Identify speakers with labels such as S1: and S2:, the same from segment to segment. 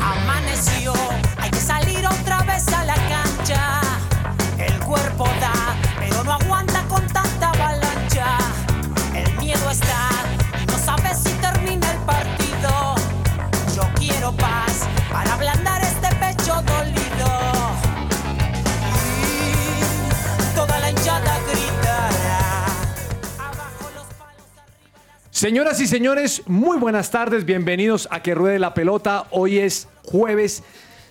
S1: Amaneció, hay que salir otra vez a la cancha. El cuerpo da, pero no aguanta con tanta avalancha. El miedo está, y no sabes si termina el partido. Yo quiero paz para ablandar este pecho dolido. Y toda la hinchada gritará. Abajo los palos, arriba las
S2: Señoras y señores, muy buenas tardes, bienvenidos a Que Ruede la Pelota. Hoy es jueves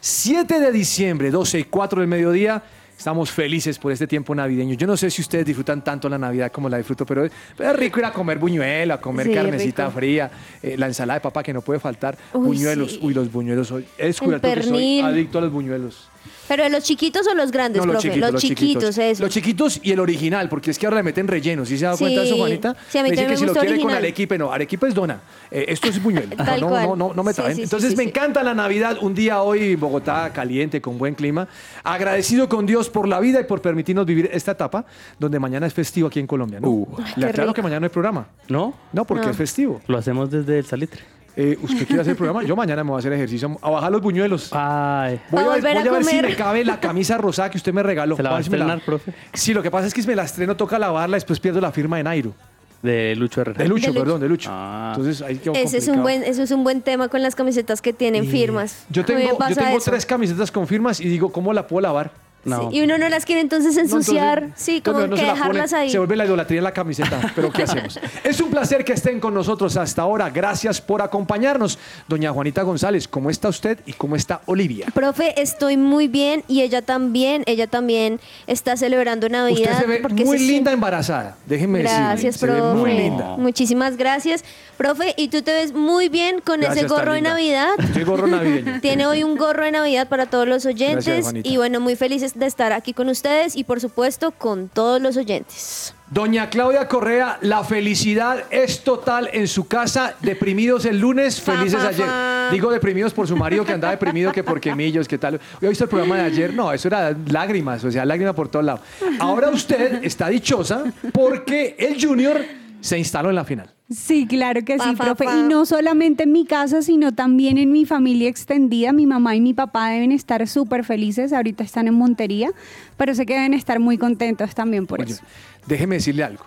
S2: 7 de diciembre, 12 y 4 del mediodía. Estamos felices por este tiempo navideño. Yo no sé si ustedes disfrutan tanto la Navidad como la disfruto, pero es, pero es rico ir a comer buñuelo, a comer
S3: Sí,
S2: carnecita
S3: rico.
S2: fría, eh, la ensalada de papa que no puede faltar,
S3: Uy,
S2: buñuelos.
S3: sí.
S2: Uy, los buñuelos. Hoy. He descubierto que soy
S3: pernil.
S2: adicto a los buñuelos.
S3: Pero de los chiquitos o los grandes,
S2: No, los
S3: profe.
S2: chiquitos,
S3: los chiquitos, eso.
S2: Los chiquitos y el original, porque es que ahora le meten relleno. ¿Sí se da cuenta de eso,
S3: Sí.
S2: Juanita?
S3: Sí, a mí
S2: Me dice
S3: también
S2: que
S3: me
S2: si lo
S3: gusta
S2: quiere con
S3: original.
S2: Arequipe, no. Arequipe es dona. Eh, esto es buñuelo.
S3: Tal
S2: no,
S3: cual.
S2: no, no, no me
S3: Sí,
S2: traen.
S3: sí, sí,
S2: Entonces
S3: sí,
S2: me
S3: sí.
S2: encanta la Navidad. Un día hoy en Bogotá caliente, con buen clima. Agradecido con Dios por la vida y por permitirnos vivir esta etapa donde mañana es festivo aquí en Colombia. ¿no?
S4: Uh.
S3: Ay,
S2: Le
S3: qué
S2: aclaro
S3: rico.
S2: que mañana no hay programa.
S4: ¿No?
S2: No, porque
S3: No.
S2: es festivo.
S4: Lo hacemos desde el salitre.
S2: Eh, ¿Usted quiere hacer programa? Yo mañana me voy a hacer ejercicio a bajar los buñuelos.
S4: Ah, Ay.
S2: Voy a,
S3: Para
S2: ver,
S3: volver a
S2: voy a ver si
S3: comer.
S2: me cabe la camisa rosada que usted me regaló.
S4: ¿Se la va a
S2: ver si me
S4: estrenar, profe?
S2: Sí, lo que pasa es que si me la estreno, toca lavarla, después pierdo la firma de Nairo.
S4: De Lucho Herrera.
S2: De Lucho,
S3: De Lucho.
S2: perdón, de Lucho.
S4: Ah.
S2: Entonces ahí quedó
S3: Ese es un
S2: complicado.
S3: buen, eso es un buen tema con las camisetas que tienen firmas.
S2: Eh, Yo
S3: A mí me
S2: tengo, yo
S3: pasa
S2: tengo
S3: eso.
S2: tres camisetas con firmas y digo, ¿cómo la puedo lavar?
S4: No.
S3: Sí, Y uno no las quiere entonces
S2: No, entonces-
S3: ensuciar. sí,
S2: entonces
S3: como
S2: no
S3: que
S2: se la
S3: dejarlas
S2: ponen,
S3: ahí.
S2: Se vuelve la idolatría en la camiseta, pero ¿qué hacemos? Es un placer que estén con nosotros hasta ahora. Gracias por acompañarnos. Doña Juanita González, ¿cómo está usted y cómo está Olivia?
S3: Profe, estoy muy bien y ella también, ella también está celebrando Navidad.
S2: Usted se ve
S3: porque
S2: muy
S3: se
S2: linda embarazada, déjeme decirle.
S3: Gracias,
S2: se ve
S3: profe.
S2: muy linda.
S3: Muchísimas gracias, profe. Y tú te ves muy bien con ese
S2: Gracias,
S3: gorro de
S2: Tarlinda.
S3: Navidad.
S2: Estoy gorro navideño.
S3: Tiene hoy un gorro de Navidad para todos los oyentes.
S2: Gracias, Juanita.
S3: y bueno, muy felices de estar aquí con ustedes y por supuesto con todos los oyentes.
S2: Doña Claudia Correa, la felicidad es total en su casa. Deprimidos el lunes,
S3: Fa,
S2: felices
S3: fa,
S2: ayer.
S3: fa.
S2: Digo deprimidos por su marido que andaba deprimido, que porque millos, que tal. Yo he visto el programa de ayer, no, eso era lágrimas, o sea, lágrimas por todos lados. Ahora usted está dichosa porque el Junior se instaló en la final.
S5: Sí, claro que
S3: Pa,
S5: sí,
S3: pa,
S5: profe.
S3: pa.
S5: Y no solamente en mi casa, sino también en mi familia extendida. Mi mamá y mi papá deben estar súper felices. Ahorita están en Montería, pero sé que deben estar muy contentos también por
S2: Oye,
S5: eso.
S2: déjeme decirle algo.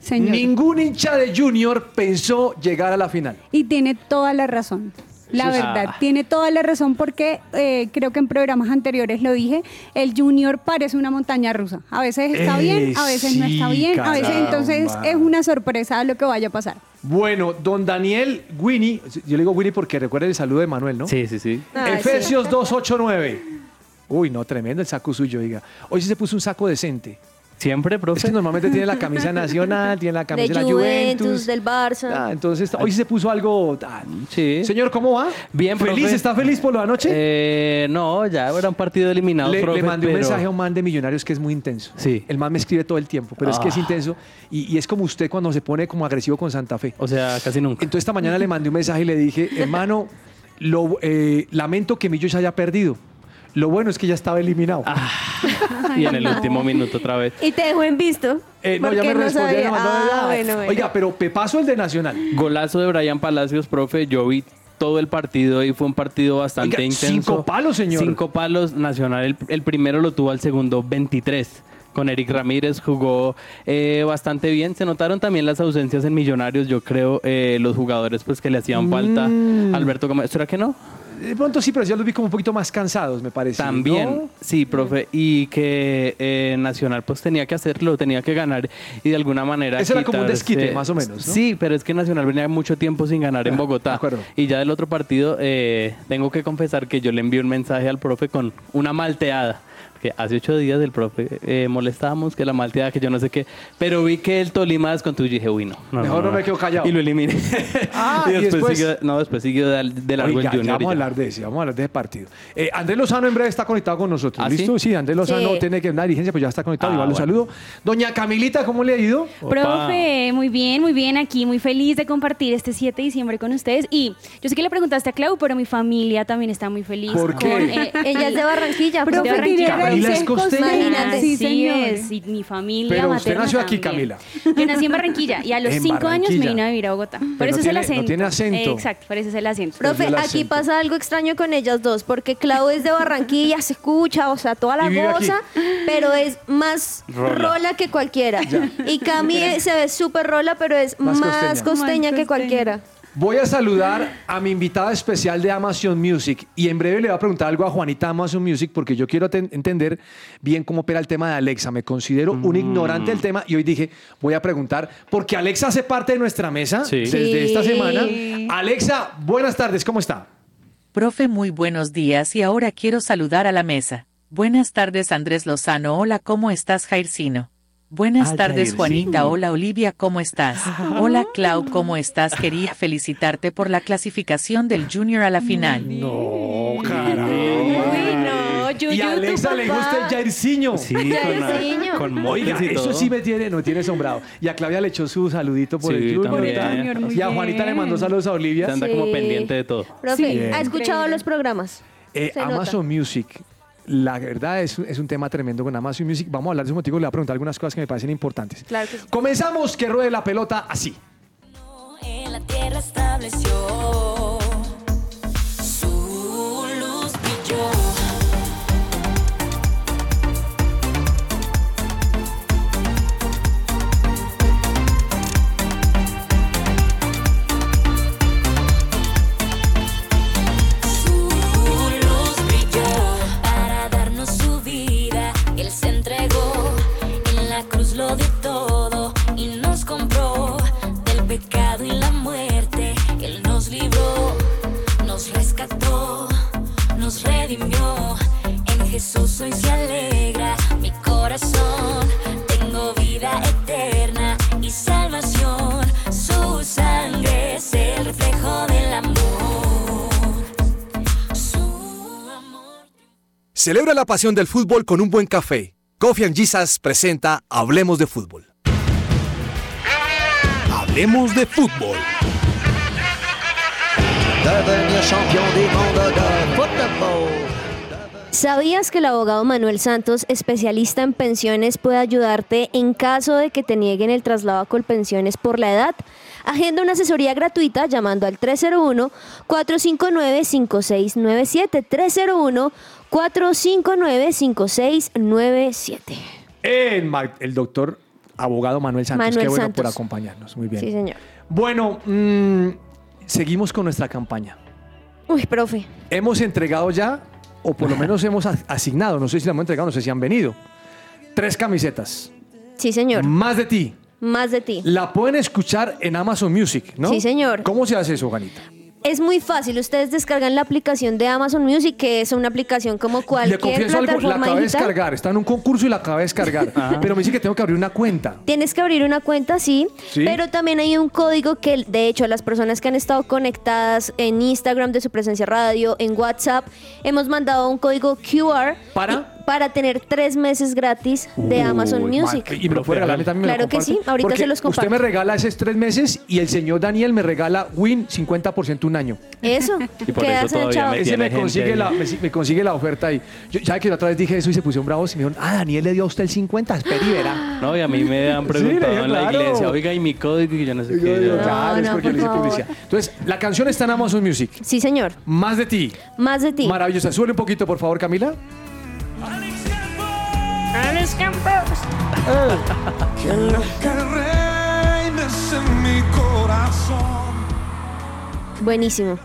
S5: Señor.
S2: Ningún hincha de Junior pensó llegar a la final.
S5: Y tiene toda la razón. La
S4: Sí, sí.
S5: verdad,
S4: Ah.
S5: tiene toda la razón porque eh, creo que en programas anteriores lo dije, el junior parece una montaña rusa. A veces está
S2: Eh,
S5: bien, a veces no
S2: sí,
S5: está bien, a veces
S2: caramba.
S5: entonces es una sorpresa lo que vaya a pasar.
S3: Ah,
S2: Bueno, don Daniel Winnie, yo le digo Winnie porque recuerda el saludo de Manuel, ¿no?
S4: Sí, sí, sí.
S3: Ay,
S2: Efesios 2.8.9. Uy, no, tremendo el saco suyo, diga. Hoy sí se puso un saco decente.
S4: Siempre,
S2: Es que
S4: profe.
S2: normalmente tiene la camisa nacional, tiene la
S3: De
S2: camisa de la
S3: Juventus,
S2: Juventus.
S3: del Barça.
S2: Ah, entonces, hoy sí se puso algo... ah,
S4: Sí.
S2: Señor, ¿cómo va?
S4: Bien,
S2: ¿Feliz?
S4: profe.
S2: ¿Está feliz por lo de anoche?
S4: Eh, no, ya era un partido eliminado,
S2: le,
S4: profe.
S2: le mandé un
S4: pero-
S2: mensaje a un man de Millonarios que es muy intenso.
S4: Sí.
S2: El man me escribe todo el tiempo, pero es que es
S4: Ah.
S2: intenso. Y, y es como usted cuando se pone como agresivo con Santa Fe.
S4: O sea, casi nunca.
S2: Entonces esta mañana le mandé un mensaje y le dije, hermano, lo, eh, lamento que Millos haya perdido. Lo bueno es que ya estaba eliminado.
S4: Ah. y en el último minuto otra vez.
S3: Y te dejó en visto.
S2: Eh, no,
S3: porque
S2: ya me respondió.
S3: sabía.
S2: le mandó de
S3: Ah,
S2: nada.
S3: bueno, bueno.
S2: Oiga, pero Pepazo el de Nacional.
S4: Golazo de Brian Palacios, profe. Yo vi todo el partido y fue un partido bastante
S2: Oiga,
S4: intenso.
S2: cinco palos, señor.
S4: Cinco palos Nacional. El, el primero lo tuvo al segundo 23. Con Eric Ramírez jugó eh, bastante bien. Se notaron también las ausencias en Millonarios, yo creo, eh, los jugadores pues que le hacían falta.
S2: Mm.
S4: Alberto Gómez, ¿será que no?
S2: De pronto sí, pero yo los vi como un poquito más cansados, me parece.
S4: También,
S2: ¿no?
S4: sí, profe. Y que eh, Nacional pues tenía que hacerlo, tenía que ganar y de alguna manera...
S2: Ese era como un
S4: quitarse-
S2: desquite, más o menos, ¿no?
S4: Sí, pero es que Nacional venía mucho tiempo sin ganar en
S2: Ah,
S4: Bogotá.
S2: de acuerdo.
S4: Y ya del otro partido eh, tengo que confesar que yo le envié un mensaje al profe con una malteada. Que hace ocho días el profe eh, molestábamos que la malteada, que yo no sé qué. Pero vi que el Tolima descontribuyó y dije, uy, no. no,
S2: Mejor no me quedo callado.
S4: Y lo eliminé.
S2: Ah, y después-
S4: siguió- no, después siguió de, de largo
S2: Oiga,
S4: el Junior.
S2: ya
S4: y
S2: vamos a
S4: ya.
S2: hablar de ese, vamos a hablar de ese partido. Eh, Andrés Lozano en breve está conectado con nosotros.
S4: ¿Ah, sí?
S2: ¿Listo? Sí, Andrés Lozano
S3: Sí.
S2: tiene que una dirigencia, pues ya está conectado.
S4: Ah,
S2: Igual lo
S4: bueno.
S2: saludo. Doña Camilita, ¿cómo le ha ido?
S4: Opa.
S6: Profe, muy bien, muy bien. Aquí muy feliz de compartir este 7 de diciembre con ustedes. Y yo sé que le preguntaste a Clau, pero mi familia también está muy feliz.
S2: ¿Por qué?
S6: con, eh,
S3: Ella es de Barranquilla,
S6: Profe,
S3: profe.
S5: Profe,
S6: Barranquilla.
S5: tiene
S6: Camila,
S2: Camila es costeña.
S3: pues Imagínate.
S5: Sí,
S6: Sí,
S5: señor.
S6: es. Y mi familia.
S2: Pero usted
S6: materna
S2: nació aquí,
S6: también.
S2: Camila.
S6: Yo nací en Barranquilla y a los
S2: En
S6: cinco años me
S2: Barranquilla.
S6: vine a vivir a Bogotá. Por
S2: Pero
S6: eso
S2: no
S6: es el
S2: tiene- no
S6: acento.
S2: tiene acento.
S6: Eh, exacto, por eso es el acento.
S2: Pero-
S3: Profe,
S2: Perdió el
S3: aquí
S2: acento.
S3: pasa algo extraño con ellas dos, porque Clau es de Barranquilla, se escucha, o sea, toda
S2: Y
S3: la
S2: vive aquí.
S3: goza, pero es más
S4: Rola.
S3: rola, que cualquiera. Y Cami se ve súper rola, pero es
S2: Más
S3: más,
S2: costeña.
S3: costeña,
S5: Más costeña.
S3: que cualquiera.
S2: Voy a saludar a mi invitada especial de Amazon Music y en breve le voy a preguntar algo a Juanita Amazon Music porque yo quiero ten- entender bien cómo opera el tema de Alexa. Me considero un
S4: Mm.
S2: ignorante del tema y hoy dije, voy a preguntar porque Alexa hace parte de nuestra mesa
S4: Sí.
S2: desde
S3: Sí.
S2: esta semana. Alexa, buenas tardes, ¿cómo está?
S7: Profe, muy buenos días y ahora quiero saludar a la mesa. Buenas tardes, Andrés Lozano. Hola, ¿cómo estás, Jaircino? Buenas
S4: Ah,
S7: tardes,
S4: Jaircino.
S7: Juanita. Hola, Olivia, ¿cómo estás? Hola, Clau, ¿cómo estás? Quería felicitarte por la clasificación del Junior a la final.
S2: No,
S6: Uy, no, Yuyu,
S2: y
S6: tu
S2: a Alexa le
S3: papá.
S2: gusta el Jairzinho.
S4: Sí,
S3: Jairzinho.
S4: con, con
S2: Oiga,
S4: mocos y
S2: eso
S4: todo.
S2: sí me tiene, no tiene asombrado. Y a Claudia le echó su saludito por
S4: Sí,
S2: el club.
S4: también.
S2: ahorita.
S4: Junior,
S5: muy
S2: Y a Juanita le
S5: bien.
S2: mandó saludos a Olivia.
S4: Se anda
S3: Sí.
S4: como pendiente de todo.
S3: Profe,
S2: Bien.
S3: ¿ha escuchado
S5: Increíble.
S3: los programas?
S2: Eh,
S3: Se nota.
S2: Amazon Music. La verdad es, es un tema tremendo con Amazon Music. Vamos a hablar de su motivo. Le voy a preguntar algunas cosas que me parecen importantes.
S3: Claro que sí.
S2: Comenzamos que ruede la pelota así.
S1: en la tierra estableció su luz brilló. Su luz brilló para darnos su vida. Él se entregó, en la cruz lo dio todo y nos compró del pecado y la muerte. Él nos libró, nos rescató, nos redimió. En Jesús hoy se alegra mi corazón. Tengo vida eterna y salvación. Su sangre es el reflejo del amor. Su amor.
S8: Celebra la pasión del fútbol con un buen café. Coffee and Jesus presenta Hablemos de Fútbol. Hablemos de Fútbol.
S3: ¿Sabías que el abogado Manuel Santos, especialista en pensiones, puede ayudarte en caso de que te nieguen el traslado a Colpensiones por la edad? Agenda una asesoría gratuita llamando al 301-459-5697. 301-459-5697.
S2: El, ma- el doctor abogado Manuel Santos.
S3: Manuel
S2: Qué bueno
S3: Santos.
S2: por acompañarnos. Muy bien.
S3: Sí, señor.
S2: Bueno, mm, seguimos con nuestra campaña.
S3: Uy, profe.
S2: Hemos entregado ya, o por lo menos hemos as- asignado, no sé si la hemos entregado, no sé si han venido, tres camisetas.
S3: Sí, señor.
S2: Más de ti.
S3: Más de ti.
S2: La pueden escuchar en Amazon Music, ¿no?
S3: Sí, señor.
S2: ¿Cómo se hace eso, Juanita?
S3: Es muy fácil. Ustedes descargan la aplicación de Amazon Music, que es una aplicación como
S2: Le
S3: cualquier
S2: confieso algo, la
S3: plataforma
S2: acabé de
S3: digital. Ah.
S2: descargar. Está en un concurso y la acabé de descargar. pero me dice que tengo que abrir una cuenta.
S3: Tienes que abrir una cuenta, sí,
S2: Sí.
S3: pero también hay un código que, de hecho, las personas que han estado conectadas en Instagram de su presencia radio, en WhatsApp, hemos mandado un código QR
S2: ¿Para?
S3: y- para tener tres meses gratis de Amazon
S2: Uy,
S3: Music.
S2: madre, Y me lo puede regalar también. me lo
S3: Claro que
S2: comparte.
S3: sí, ahorita
S2: Porque
S3: se los comparto.
S2: Usted me regala esos tres meses y el señor Daniel me regala Win 50% un año.
S3: Eso,
S4: Y por eso
S3: quedas
S4: todavía
S3: enchado.
S4: Ahí
S2: Ese
S4: tiene
S2: me
S4: gente
S2: consigue,
S4: ahí.
S2: la, me, me consigue la oferta ahí. Yo, ¿Sabe que la otra vez dije eso y se pusieron bravos y me dijeron, ah, Daniel le dio a usted el 50, espera y verá.
S4: No, y a mí me han
S2: Sí, eh,
S4: preguntado en la
S2: claro.
S4: iglesia, oiga, y mi código, y yo no sé
S2: Y yo
S4: qué.
S2: digo,
S4: yo-
S2: claro, es
S3: no,
S2: porque
S3: por
S2: le hice
S3: favor.
S2: publicidad. Entonces, la canción está en Amazon Music.
S3: Sí, señor,
S2: Más de ti.
S3: más de ti.
S2: Maravillosa. Sube un poquito, por favor, Camila.
S3: Buenísimo.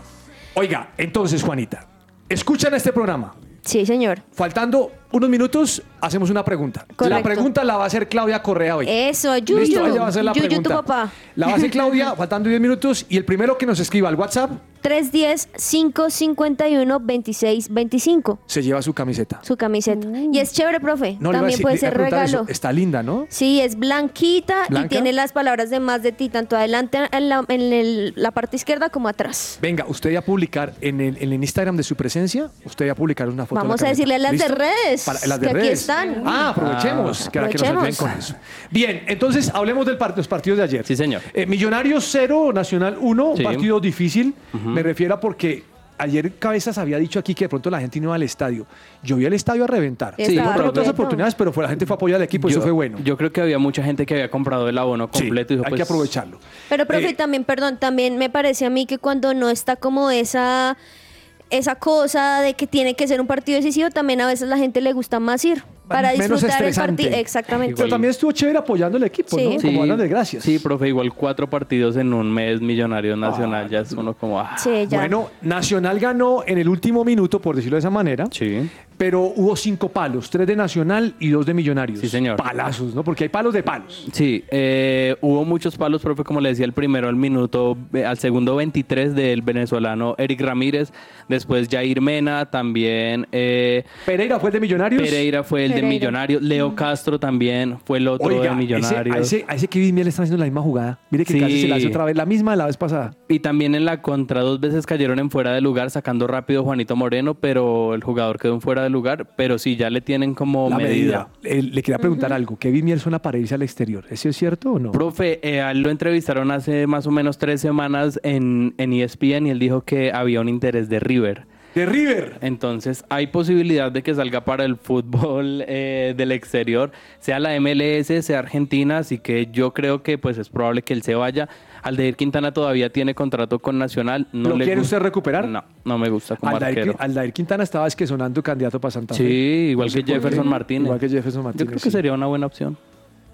S2: Oiga, entonces, Juanita, escuchan este programa.
S3: Sí, señor.
S2: Faltando unos minutos, hacemos una pregunta. La
S3: Correcto.
S2: pregunta la va a hacer Claudia Correa hoy.
S3: Eso,
S2: Listo, ella va a
S3: Yuyu.
S2: hacer la
S3: Yuyu, tu
S2: pregunta.
S3: papá.
S2: La va a hacer Claudia, faltando 10 minutos. Y el primero que nos escriba al WhatsApp
S3: 310-551-2625.
S2: se lleva su camiseta.
S3: Su camiseta. Y es chévere, profe.
S2: No, le iba a
S3: También
S2: decir-
S3: puede
S2: le iba a
S3: ser
S2: preguntar
S3: regalo.
S2: eso. Está linda, ¿no?
S3: Sí, es blanquita
S2: ¿Blanca?
S3: y tiene las palabras de más de ti, tanto adelante en la, en el- la parte izquierda como atrás.
S2: Venga, usted va a publicar en el, en el Instagram de su presencia, usted va a publicar una foto. de la
S3: Vamos a
S2: camiseta.
S3: decirle a las de redes,
S2: Para- las de
S3: que aquí
S2: redes.
S3: están.
S2: Ah, aprovechemos,
S3: Ah,
S2: que ahora que nos ayuden
S3: aprovechemos.
S2: con eso. Bien, entonces hablemos de los partidos de ayer.
S4: Sí, señor.
S2: Eh, Millonarios 0, Nacional 1, un
S4: Sí.
S2: partido difícil. Me refiero a porque ayer Cabezas había dicho aquí que de pronto la gente no iba al estadio. Yo vi al estadio a reventar.
S3: Sí,
S2: Hubo
S3: correcto.
S2: otras oportunidades, pero fue, la gente fue a apoyar al equipo, pues, eso fue bueno.
S4: Yo creo que había mucha gente que había comprado el abono
S2: Sí,
S4: completo. y dijo,
S2: hay
S4: pues,
S2: que aprovecharlo.
S3: Pero, profe,
S2: Eh,
S3: también, perdón, también me parece a mí que cuando no está como esa, esa cosa de que tiene que ser un partido decisivo, también a veces la gente le gusta más ir para
S2: Menos
S3: disfrutar el
S2: estresante.
S3: partido. Exactamente.
S2: Pero también estuvo chévere apoyando al equipo,
S3: Sí.
S2: ¿no? Como hablan de gracias.
S4: Sí, profe, igual cuatro partidos en un mes, Millonario Nacional, ya es uno como... ah,
S3: Sí, ya.
S2: Bueno, Nacional ganó en el último minuto, por decirlo de esa manera.
S4: sí.
S2: Pero hubo cinco palos, tres de Nacional y dos de Millonarios.
S4: Sí, señor.
S2: Palazos, ¿no? Porque hay palos de palos.
S4: Sí, eh, hubo muchos palos, profe, como le decía, el primero al minuto, eh, al segundo 23 del venezolano Eric Ramírez, después Jair Mena, también eh,
S2: Pereira fue el de Millonarios.
S4: Pereira fue el
S6: Pereira.
S4: de Millonarios, Leo Castro también fue el otro
S2: Oiga,
S4: de Millonarios.
S2: Ese, a, ese, a ese Kevin Mier le están haciendo la misma jugada. Mire que
S4: Sí.
S2: casi se la hace otra vez, la misma de la vez pasada.
S4: Y también en la contra dos veces cayeron en fuera de lugar, sacando rápido Juanito Moreno, pero el jugador quedó en fuera de lugar, pero sí, ya le tienen como
S2: la
S4: medida.
S2: medida. Eh, le quería preguntar algo. Kevin Mier suena para irse al exterior. ¿Eso es cierto o no?
S4: Profe, eh, a él lo entrevistaron hace más o menos tres semanas en, E en ESPN y él dijo que había un interés de River.
S2: de River.
S4: Entonces, hay posibilidad de que salga para el fútbol eh, del exterior, sea la MLS, sea Argentina, así que yo creo que pues es probable que él se vaya. Aldair Quintana todavía tiene contrato con Nacional. No
S2: ¿Lo
S4: le
S2: quiere
S4: gusta-
S2: usted recuperar?
S4: No, no me gusta como
S2: Aldair,
S4: arquero.
S2: Aldair Quintana estaba es que sonando candidato para Santa Fe.
S4: Sí, igual que
S2: sé por qué.
S4: Jefferson Martínez.
S2: Igual que Jefferson
S4: Yo
S2: Martínez.
S4: creo que
S2: sí.
S4: sería una buena opción.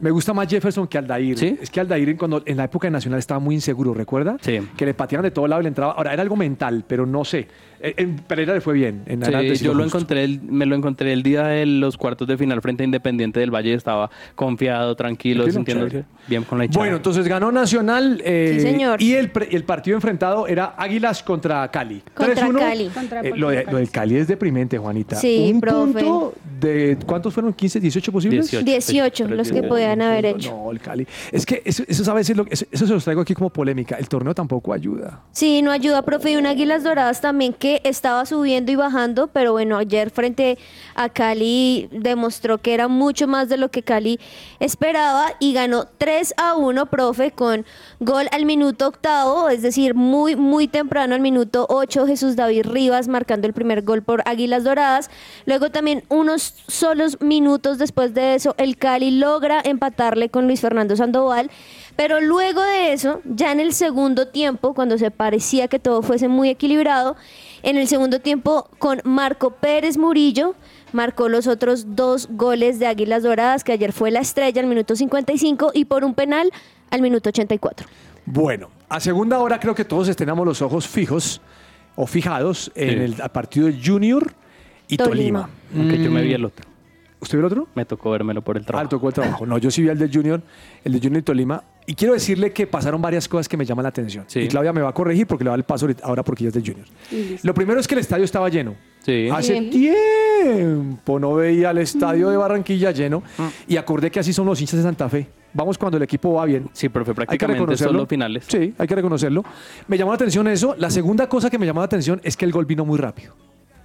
S2: Me gusta más Jefferson que Aldair.
S4: ¿Sí?
S2: Es que Aldair cuando, en la época de Nacional estaba muy inseguro, ¿recuerda?
S4: Sí.
S2: Que le pateaban de todo lado y le entraba. Ahora, era algo mental, pero no sé. Eh, En Pereira le fue bien. En
S4: Sí,
S2: adelante sí
S4: yo lo
S2: justo.
S4: encontré, el- me lo encontré el día de los cuartos de final frente a Independiente del Valle. Estaba confiado, tranquilo,
S2: Tranquilo,
S4: sintiéndose
S2: chévere.
S4: bien con la hinchada.
S2: Bueno, entonces ganó Nacional eh,
S3: Sí, señor.
S2: y el, pre- el partido enfrentado era Águilas contra Cali.
S3: Contra
S2: 3-1.
S3: Cali.
S5: Contra
S2: Eh, lo, de- lo del Cali es deprimente, Juanita.
S3: Sí,
S2: Un
S3: profe.
S2: punto de ¿cuántos fueron? 15, 18 posibles.
S4: 18.
S3: 18,
S4: Pero
S3: los que
S4: tiene-
S3: podían haber hecho.
S2: No, el Cali. Es que eso, eso es a veces lo- eso, eso se los traigo aquí como polémica. El torneo tampoco ayuda.
S3: Sí, no ayuda, profe. Y un Águilas Doradas también que estaba subiendo y bajando, pero bueno, ayer frente a Cali demostró que era mucho más de lo que Cali esperaba y ganó 3 a 1, profe, con gol al minuto octavo, es decir, muy, muy temprano al minuto 8, Jesús David Rivas marcando el primer gol por Águilas Doradas. Luego también unos solos minutos después de eso, el Cali logra empatarle con Luis Fernando Sandoval. Pero luego de eso, ya en el segundo tiempo, cuando se parecía que todo fuese muy equilibrado, en el segundo tiempo con Marco Pérez Murillo marcó los otros dos goles de Águilas Doradas, que ayer fue la estrella al minuto 55 y por un penal al minuto 84.
S2: Bueno, a segunda hora creo que todos tenemos los ojos fijos o fijados en el partido Junior y Tolima.
S3: Tolima.
S4: Aunque yo
S2: mm,
S4: me vi el otro.
S2: ¿Usted vio el otro?
S4: Me tocó vérmelo por
S2: Ah,
S4: el
S2: le
S4: trabajo.
S2: tocó el trabajo. No, yo sí vi el del Junior, el del Junior y Tolima. Y quiero decirle que pasaron varias cosas que me llaman la atención.
S4: Sí.
S2: Y Claudia me va a corregir porque le va el paso ahorita- ahora porque ella es del Junior. Lo primero es que el estadio estaba lleno.
S4: Sí.
S2: Hace tiempo no veía el estadio de Barranquilla lleno.
S4: Mm.
S2: Y acordé que así son los hinchas de Santa Fe. Vamos cuando el equipo va bien.
S4: Sí, profe,
S2: Hay que
S4: prácticamente son
S2: reconocerlo.
S4: los finales.
S2: Sí, hay que reconocerlo. Me llamó la atención eso. La segunda cosa que me llamó la atención es que el gol vino muy rápido.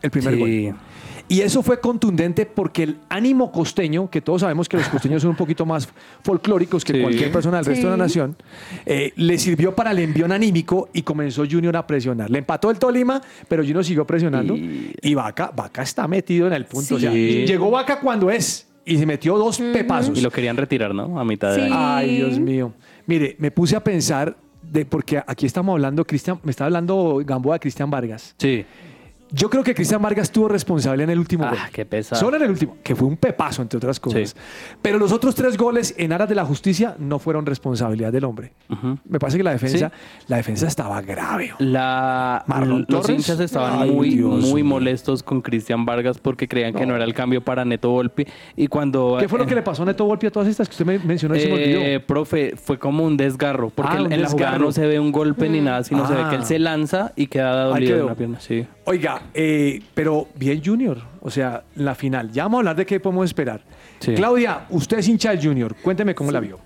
S2: El primer
S4: Sí.
S2: gol. Y eso fue contundente porque el ánimo costeño, que todos sabemos que los costeños son un poquito más folclóricos que
S4: Sí.
S2: cualquier persona del resto de la nación, eh, le sirvió para el envión anímico y comenzó Junior a presionar. Le empató el Tolima, pero Junior siguió presionando. Y Vaca, Vaca está metido en el punto. O sea,
S4: Sí.
S2: llegó Vaca cuando es y se metió dos pepazos.
S4: Y lo querían retirar, ¿no? A mitad de
S5: Sí.
S4: año.
S2: Ay, Dios mío. Mire, me puse a pensar de porque aquí estamos hablando, Cristian, me está hablando Gamboa de Cristian Vargas.
S4: Sí.
S2: Yo creo que Cristian Vargas tuvo responsable en el último
S4: Ah,
S2: gol.
S4: qué pesado.
S2: Solo en el último, que fue un pepazo, entre otras cosas.
S4: Sí.
S2: Pero los otros tres goles en aras de la justicia no fueron responsabilidad del hombre.
S4: Ujú.
S2: Me parece que la defensa, la defensa estaba grave.
S4: La,
S2: Marlon
S4: los
S2: Torres.
S4: hinchas estaban
S2: Ay,
S4: muy,
S2: Dios
S4: muy
S2: mío.
S4: molestos con Cristian Vargas porque creían que no era el cambio para Neto Volpi. Y cuando.
S2: ¿Qué fue lo que le pasó a Neto Volpi a todas estas que usted me mencionó y se me olvidó?
S4: Eh, profe, fue como un desgarro, porque
S2: Ah,
S4: en
S2: un
S4: en la jugada
S2: desgarro.
S4: no se ve un golpe
S3: Mm.
S4: ni nada, sino se ve
S2: Ah.
S4: que él se lanza y queda
S2: Ahí
S4: dolido en
S2: quedó.
S4: la pierna. Sí.
S2: Oiga, eh, pero bien Junior, o sea, la final. Ya vamos a hablar de qué podemos esperar.
S4: Sí.
S2: Claudia, usted es hincha del Junior. Cuénteme cómo la vio.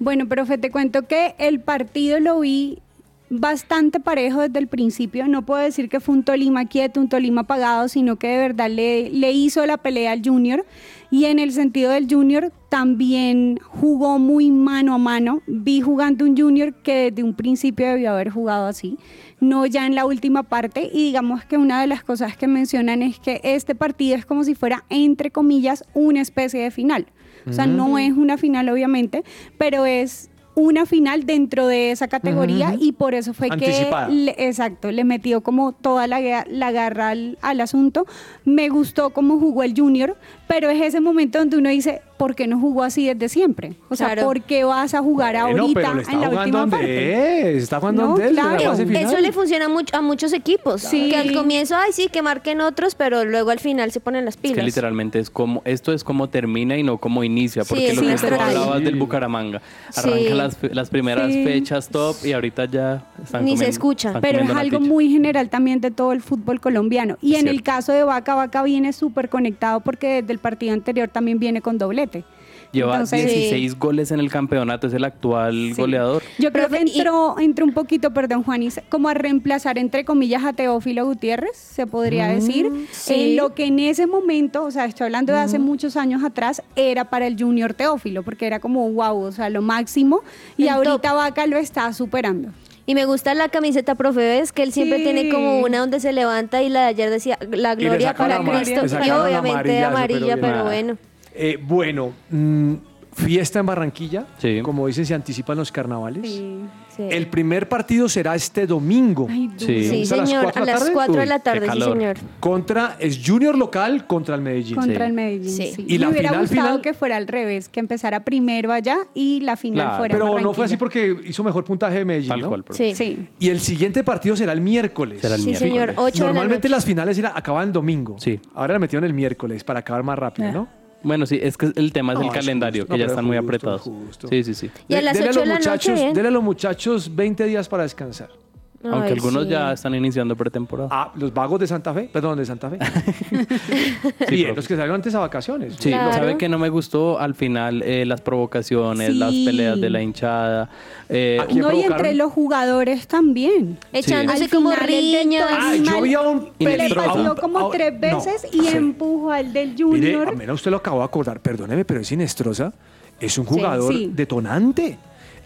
S5: Bueno, profe, te cuento que el partido lo vi bastante parejo desde el principio. No puedo decir que fue un Tolima quieto, un Tolima apagado, sino que de verdad le, le hizo la pelea al Junior. Y en el sentido del Junior, también jugó muy mano a mano. Vi jugando un Junior que desde un principio debió haber jugado así, no ya en la última parte. Y digamos que una de las cosas que mencionan es que este partido es como si fuera, entre comillas, una especie de final. O sea, no es una final, obviamente, pero es una final dentro de esa categoría y por eso fue
S2: Anticipada.
S5: que le- exacto le metió como toda la, ga- la garra al, al asunto me gustó cómo jugó el junior pero es ese momento donde uno dice ¿por qué no jugó así desde siempre? o sea
S3: Claro.
S5: ¿por qué vas a jugar
S2: Bueno,
S5: ahorita
S2: pero le está
S5: en la
S2: jugando
S5: última
S2: donde
S5: parte?
S2: es, está jugando
S5: No,
S2: donde es, en Ah, la
S5: claro.
S2: fase final.
S3: Eso le funciona mucho a muchos equipos.
S5: Sí.
S3: Que al comienzo, ay, sí, que marquen otros, pero luego al final se ponen las
S4: Es
S3: pilas.
S4: que literalmente es como, esto es como termina y no como inicia,
S3: Sí,
S4: porque lo
S3: sí,
S4: que tú
S3: total.
S4: hablabas
S2: Sí.
S4: del Bucaramanga,
S3: Sí.
S4: arranca las, fe- las primeras
S5: Sí.
S4: fechas top y ahorita ya están
S3: Ni se
S4: comiendo-
S3: escucha.
S4: están
S5: pero es
S4: comiendo
S5: algo
S4: natilla.
S5: muy general también de todo el fútbol colombiano. Y
S4: Es
S5: en el
S4: cierto.
S5: caso de Vaca, Vaca viene súper conectado porque desde el partido anterior también viene con doblete.
S4: Lleva
S5: Entonces-
S4: 16 goles en el campeonato, es el actual
S5: Sí.
S4: goleador.
S5: Yo creo
S3: Profe,
S5: que entró, entró un poquito, perdón, Juanis, como a reemplazar entre comillas a Teófilo Gutiérrez, se podría decir.
S3: Mm, sí. Mm.
S5: Eh, lo que en ese momento, o sea, estoy hablando de hace muchos años atrás, era para el Junior Teófilo, porque era como wow, o sea, lo máximo. Y
S3: El
S5: ahorita
S3: top.
S5: Vaca lo está superando.
S3: Y me gusta la camiseta, profe, es que él siempre
S5: Sí.
S3: tiene como una donde se levanta y la de ayer decía la
S2: le
S3: gloria
S2: sacaron
S3: para
S5: amar-
S3: Cristo.
S5: le
S3: Y
S2: sacaron
S3: obviamente
S2: amarillazo, pero
S3: amarilla, pero
S2: bien.
S3: bueno.
S2: Eh, bueno, mm, fiesta en Barranquilla.
S4: Sí.
S2: Como dicen, se anticipan los carnavales.
S3: Sí.
S2: El primer partido será este domingo.
S5: Ay, dulce.
S4: Sí.
S3: Sí,
S2: ¿Es a las
S3: señor,
S2: cuatro de
S3: a
S2: la
S3: las
S2: tarde?
S3: 4 de la
S4: Uy,
S3: tarde,
S4: qué
S3: sí,
S4: calor.
S3: señor.
S2: Contra, es Junior local contra el Medellín.
S5: Contra
S4: Sí.
S5: el Medellín.
S3: Sí.
S5: sí.
S2: Y la
S5: Me hubiera
S2: final,
S5: gustado
S2: final-
S5: que fuera al revés, que empezara primero allá y la final
S4: Claro,
S5: fuera. en
S2: Pero no fue así
S5: Barranquilla.
S2: porque hizo mejor puntaje de Medellín.
S4: Tal
S2: ¿no?
S4: cual,
S3: Sí,
S4: profe.
S3: sí,
S5: Sí.
S2: Y el siguiente partido será el miércoles.
S4: Será el miércoles.
S3: señor, 8 de la
S2: Normalmente
S3: noche.
S2: las finales era- acababan el domingo.
S4: Sí.
S2: Ahora la metieron el miércoles para acabar más
S3: Ah.
S2: rápido, ¿no?
S4: Bueno, sí, es que el tema es
S2: No,
S4: el
S2: es
S4: calendario,
S2: justo,
S4: que
S2: no,
S4: ya
S2: pero
S4: están muy
S2: justo,
S4: apretados.
S2: justo.
S4: Sí, sí, sí.
S3: Y a las
S2: Dele
S3: 8 de
S2: los
S3: la noche,
S2: muchachos,
S3: ¿eh?
S2: dele a los muchachos 20 días para descansar.
S4: Aunque
S3: Ay,
S4: algunos
S3: sí.
S4: ya están iniciando pretemporada.
S2: Ah, los vagos de Santa Fe, perdón, de Santa Fe. Bien,
S4: Sí, profe.
S2: los que salieron antes a vacaciones.
S4: Sí,
S3: Claro.
S4: sabe que no me gustó al final eh, las provocaciones,
S5: Sí.
S4: las peleas de la hinchada. eh,
S2: ¿A quién
S5: No, y
S2: provocaron?
S5: entre los jugadores también.
S3: Echándose
S5: Al
S3: como
S5: final, el del
S3: riñas.
S2: Ah,
S5: Tolima
S2: yo vi a un
S4: Y le
S5: Le
S4: Inestrosa.
S2: a
S5: pasó
S2: un- a
S5: como
S2: un-
S5: tres
S2: no.
S5: veces y empujó al del Junior.
S2: Mire, a menos usted lo acabó de acordar, perdóneme, pero es Inestrosa. Es un jugador
S5: sí.
S2: detonante.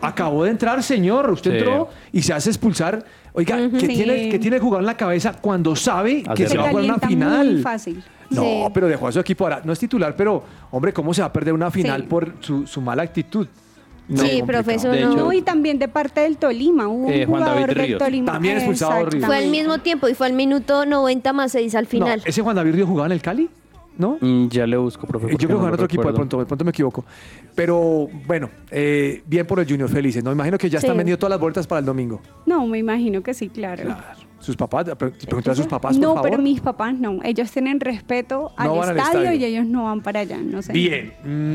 S2: Acabó de entrar, señor. Usted
S4: Sí.
S2: entró y se hace expulsar. Oiga, ¿qué,
S5: Sí.
S2: tiene, qué tiene el jugador en la cabeza cuando sabe que
S4: Hacer
S2: se va a jugar una
S5: calienta
S2: final?
S5: muy fácil.
S2: No,
S3: Sí.
S2: pero dejó a su equipo ahora. No es titular, pero, hombre, ¿cómo se va a perder una final
S5: Sí.
S2: por su, su mala actitud? No,
S3: Sí,
S2: complicado.
S3: profe, eso
S4: De
S3: no.
S4: hecho,
S5: No, y también de parte del Tolima. Hubo
S4: Eh,
S5: un
S4: Juan David
S5: jugador del
S4: Ríos.
S5: Tolima.
S2: También expulsado Ríos.
S3: Fue al
S5: Exactamente.
S3: mismo tiempo y fue al minuto 90 más 6 al final.
S2: No, ¿Ese Juan David Ríos jugaba en el Cali? ¿No?
S4: Mm, Ya le busco, profe.
S2: Eh, Yo
S4: porque
S2: creo que
S4: no
S2: jugaba en
S4: lo
S2: otro equipo, de
S4: recuerdo.
S2: pronto, de pronto me equivoco. Pero bueno, eh, bien por el Junior, felices. No imagino que ya
S3: Sí.
S2: están vendiendo todas las vueltas para el domingo.
S5: No, me imagino que sí, claro.
S2: Sus papás, pre- preguntar a sus papás,
S5: no,
S2: por favor.
S5: pero mis papás no. Ellos tienen respeto al,
S2: No van al
S5: estadio,
S2: estadio.
S5: y ellos no van para allá. No sé.
S2: Bien. mm,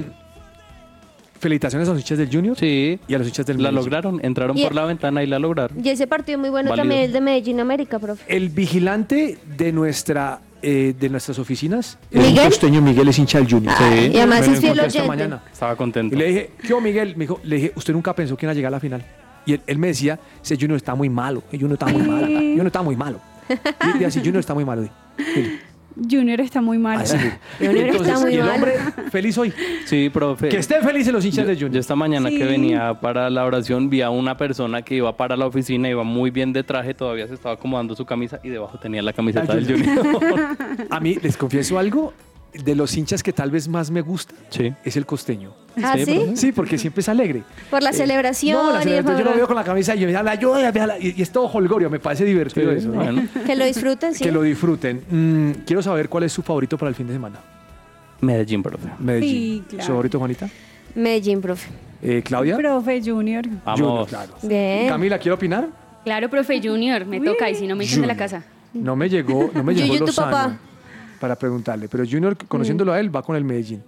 S2: felicitaciones a los hinchas del Junior
S4: Sí.
S2: y a los hinchas del
S4: La
S2: Medellín.
S4: lograron, entraron
S3: Y-
S4: por la ventana y la lograron.
S3: Y ese partido muy bueno
S4: Válido.
S3: también es de Medellín América, profe.
S2: El vigilante de nuestra eh, de nuestras oficinas,
S3: ¿Miguel?
S2: el costeño Miguel es hincha del Junior.
S3: Ay, y además
S2: Me lo
S3: es
S2: encontré
S3: fiel
S2: esta
S3: oyente.
S2: mañana.
S4: Estaba
S2: Y
S4: contento.
S2: le dije, ¿qué hubo, Miguel? Me dijo, le dije, usted nunca pensó que iba a llegar a la final. Y él, él me decía, ese Junior está muy malo, el Junior está muy malo, el Junior está muy malo. Y él decía, Junior está muy malo. Dile,
S5: Junior está muy mal.
S2: así.
S3: Junior está muy
S2: y el
S3: malo.
S2: hombre feliz hoy.
S4: Sí, profe.
S2: Que estén felices los hinchas
S4: Yo,
S2: del
S4: yo
S2: Junior.
S4: esta mañana que
S5: Sí.
S4: venía para la oración vi a una persona que iba para la oficina, iba muy bien de traje, todavía se estaba acomodando su camisa y debajo tenía la camiseta
S2: Al
S4: del Junior.
S2: A mí, les confieso algo, de los hinchas que tal vez más me gusta
S4: sí.
S2: es el costeño.
S3: ¿Ah,
S4: Sí,
S3: sí?
S2: Sí, porque siempre es alegre.
S3: Por la
S2: Eh,
S3: celebración.
S2: No, la
S3: y
S2: celebración. Yo lo
S3: el-
S2: veo con la camisa y yo, "Véala, ayúdala, véala", Y, y es todo holgorio, me parece divertido eso. ¿no?
S4: Bueno,
S3: Que lo disfruten, sí.
S2: Que lo disfruten. Mm, quiero saber cuál es su favorito para el fin de semana.
S4: Medellín, profe.
S2: Medellín.
S5: Sí, claro.
S2: ¿Su favorito, Juanita?
S3: Medellín, profe.
S2: Eh, Claudia.
S5: Profe Junior.
S4: Vamos.
S2: Junior, claro.
S3: Bien.
S2: Camila, ¿quiero opinar?
S6: Claro, profe Junior, me toca y si no me echan de la
S2: Junior.
S6: casa.
S2: No me llegó, no me llegó
S3: Yuyu, tu
S2: Lozano
S3: papá.
S2: para preguntarle, pero Junior, conociéndolo a él, va con el Medellín.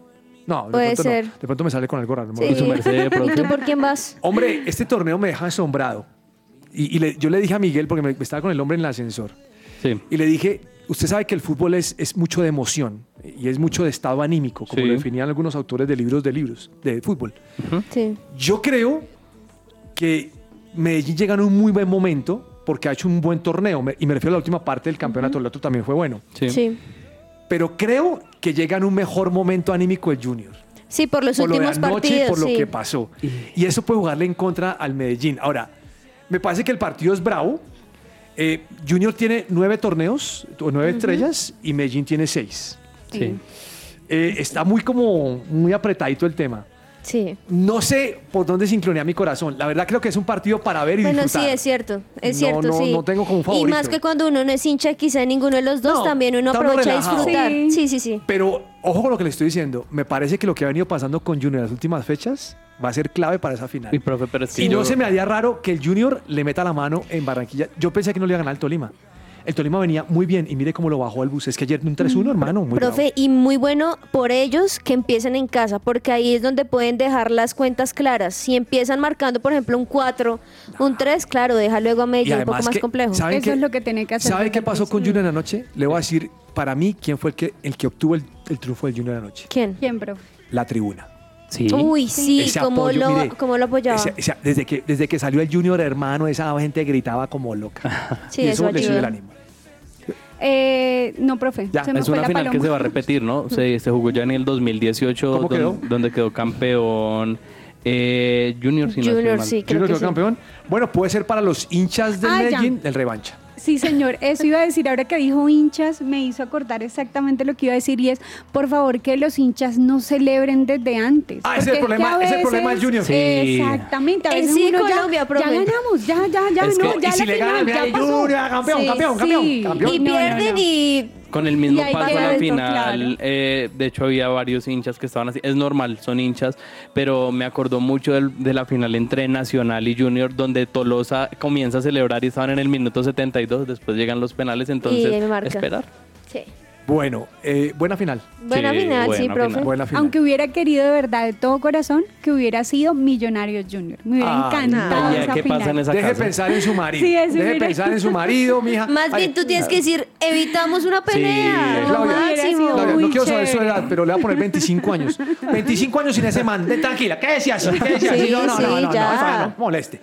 S2: No, de
S3: Puede
S2: pronto no.
S3: ser.
S2: De pronto me sale con algo raro. no me
S3: Sí.
S4: Su merced,
S3: ¿Y tú
S4: profe.
S3: por quién vas?
S2: Hombre, este torneo me deja asombrado. Y, y le- yo le dije a Miguel, porque me, estaba con el hombre en el ascensor,
S4: Sí.
S2: y le dije, usted sabe que el fútbol es, es mucho de emoción y es mucho de estado anímico, como
S4: Sí.
S2: lo definían algunos ¿Mm? autores de libros de libros de fútbol.
S3: Sí.
S2: Yo creo que Medellín llega en un muy buen momento porque ha hecho un buen torneo. Me- Y me refiero a la última parte del campeonato, el otro también fue bueno.
S4: Sí.
S3: Sí.
S2: Pero creo que llega en un mejor momento anímico el Junior.
S3: Sí, por los
S2: por lo de
S3: últimos
S2: anoche y
S3: partidos.
S2: por
S3: sí.
S2: lo que pasó. Y eso puede jugarle en contra al Medellín. Ahora, me parece que el partido es bravo. Eh, Junior tiene nueve torneos, o nueve estrellas, y Medellín tiene seis.
S4: Sí.
S2: Eh, está muy como, muy apretadito el tema.
S3: Sí.
S2: No sé por dónde se inclinea mi corazón. La verdad creo que es un partido para ver y
S3: Bueno, sí,
S2: disfrutar.
S3: es cierto, es
S2: No,
S3: cierto,
S2: no,
S3: sí.
S2: no tengo como un favorito.
S3: Y más que cuando uno no es hincha, quizá de ninguno de los dos,
S2: No,
S3: también uno
S2: está uno
S3: aprovecha a
S2: relajado.
S3: disfrutar.
S5: Sí.
S3: Sí, sí, sí.
S2: Pero ojo con lo que le estoy diciendo. Me parece que lo que ha venido pasando con Junior en las últimas fechas va a ser clave para esa final.
S4: Y profe, pero es que
S2: y
S4: yo-
S2: no se me haría raro que el Junior le meta la mano en Barranquilla. Yo pensé que no le iba a ganar al Tolima. El Tolima venía muy bien y mire cómo lo bajó el bus. Es que ayer un 3-1, hermano. Muy
S3: Mm, Profe, y muy bueno por ellos que empiecen en casa, porque ahí es donde pueden dejar las cuentas claras. Si empiezan marcando, por ejemplo, un 4, un 3, claro, deja luego a
S2: bravo.
S3: Medellín un poco más
S2: que-
S3: complejo.
S2: ¿saben
S5: Eso es lo que tiene que hacer
S2: ¿Sabe
S5: desde
S2: qué
S5: el
S2: pasó con Junior anoche? Le voy a decir, para mí, quién fue el que, el que obtuvo el, el triunfo del Junior anoche.
S3: ¿Quién?
S5: ¿Quién, profe?
S2: La tribuna.
S4: Sí.
S3: Uy, sí,
S2: Ese
S3: cómo,
S2: apoyo,
S3: lo,
S2: mire,
S3: cómo lo apoyaba.
S2: ese- ese- desde, que, desde que salió el Junior, hermano, esa gente gritaba como loca.
S3: Sí,
S2: y eso,
S3: eso
S2: le sube
S3: ayuda.
S2: el ánimo.
S5: Eh, no, profe.
S2: Ya,
S5: se me
S4: Es
S5: fue
S4: una
S5: la
S4: final que
S5: paloma.
S4: se va a repetir, ¿no? Se, se jugó ya en el 2018,
S2: ¿Cómo
S4: don-
S2: quedó?
S4: donde quedó campeón eh, Junior. Si no estoy
S3: Junior,
S4: mal.
S3: sí, creo
S2: Junior
S3: que
S2: quedó
S3: sí.
S2: campeón. Bueno, puede ser para los hinchas del
S5: Ah, ya.
S2: Medellín, el revancha.
S5: Sí, señor, eso iba a decir. Ahora que dijo hinchas, me hizo acordar exactamente lo que iba a decir y es, por favor, que los hinchas no celebren desde antes.
S2: Ah, ese es el
S5: Porque que
S2: problema-
S5: a
S2: ese es el problema del Junior.
S4: Sí.
S5: Exactamente. A
S3: En
S5: veces
S3: sí,
S5: uno ya-
S3: Colombia,
S5: ya,
S3: profe.
S5: ganamos, ya, ya, ya,
S4: Es
S5: no,
S4: que-
S5: ya
S2: y si
S5: la
S2: le ganan,
S5: final,
S2: mira,
S5: ya pasó.
S2: Junior, campeón,
S5: Sí,
S2: campeón,
S5: sí.
S2: campeón, campeón.
S3: Y
S5: No, no,
S3: pierden
S5: no.
S3: y
S4: Con el mismo
S5: Y ahí
S4: paso a
S5: queda
S4: la
S5: esto,
S4: final.
S5: claro.
S4: eh, de hecho, había varios hinchas que estaban así. Es normal, son hinchas, pero me acordó mucho del- de la final entre Nacional y Junior, donde Tolosa comienza a celebrar y estaban en el minuto 72. Después llegan los penales, entonces
S3: ahí marca.
S4: esperar.
S3: sí.
S2: Bueno, eh, buena final.
S3: Buena
S4: Sí,
S3: final, sí,
S4: buena
S3: profe.
S4: final.
S2: Buena final.
S5: Aunque hubiera querido de verdad de todo corazón que hubiera sido Millonarios Junior. Me hubiera
S2: Ay,
S5: encantado
S4: Oye,
S5: Ah, esa
S4: ¿Qué
S5: final.
S4: pasa en esa
S2: Deje
S4: casa?
S2: pensar en su marido.
S5: Sí, eso,
S2: Ah, Deje
S5: mira.
S2: pensar en su marido, mija.
S3: Más
S2: Ay,
S3: bien tú tienes que decir, evitamos una pelea.
S4: Claudia,
S3: lo
S2: Claudia,
S3: máximo.
S2: Claudia,
S5: Uy,
S2: no quiero saber su
S5: chévere.
S2: edad, pero le voy a poner 25 años. 25 años sin ese man. De- tranquila, quédese así, quédese así.
S3: Sí,
S2: No, no,
S3: sí,
S2: no, no, no,
S3: ya.
S2: esta no, moleste.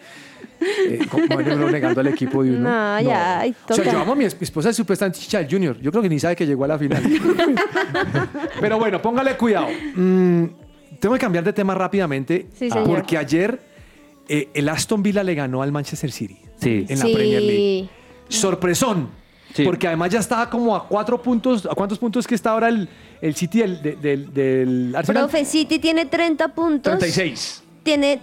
S2: Eh, como yo no negando al equipo de uno.
S3: No, ya, y
S2: O sea,
S3: toca.
S2: yo amo a mi, es- mi esposa, es supuestamente chicha del Junior. Yo creo que ni sabe que llegó a la final. pero bueno, póngale cuidado. Mm, tengo que cambiar de tema rápidamente. ah,
S3: Sí, señor.
S2: Porque ayer eh, el Aston Villa le ganó al Manchester City
S4: Sí.
S2: en la
S3: Sí.
S2: Premier League. Sorpresón.
S4: Sí.
S2: Porque además ya estaba como a cuatro puntos. ¿A cuántos puntos que está ahora el, el City del, de- del, del Arsenal?
S3: Profe, City tiene 30 puntos.
S2: 36.
S3: Tiene.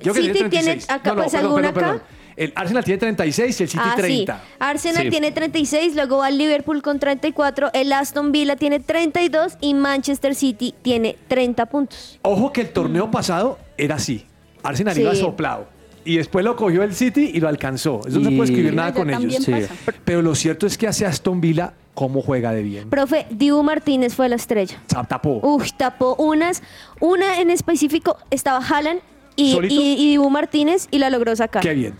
S2: Yo que
S3: City
S2: tenía
S3: tiene
S2: 36.
S3: acá,
S2: No, no,
S3: pues
S2: perdón,
S3: alguna
S2: perdón,
S3: acá.
S2: perdón. El Arsenal tiene 36 y el City
S3: Ah,
S2: 30.
S3: sí. Arsenal
S4: Sí.
S3: tiene 36, luego va Liverpool con 34, el Aston Villa tiene 32 y Manchester City tiene 30 puntos.
S2: Ojo que el torneo pasado era así. Arsenal
S3: Sí.
S2: iba soplado. Y después lo cogió el City y lo alcanzó. Eso no se
S4: Y-
S2: puede escribir nada
S5: Allá
S2: con
S5: también
S2: ellos.
S4: Sí.
S5: pasa.
S2: Pero lo cierto es que hace Aston Villa cómo juega de bien.
S3: Profe, Dibu Martínez fue la estrella.
S2: Tapó.
S3: Uy, tapó unas. Una en específico estaba Haaland y,
S2: ¿Solito?
S3: y- y Dibu Martínez y la logró sacar.
S2: Qué bien.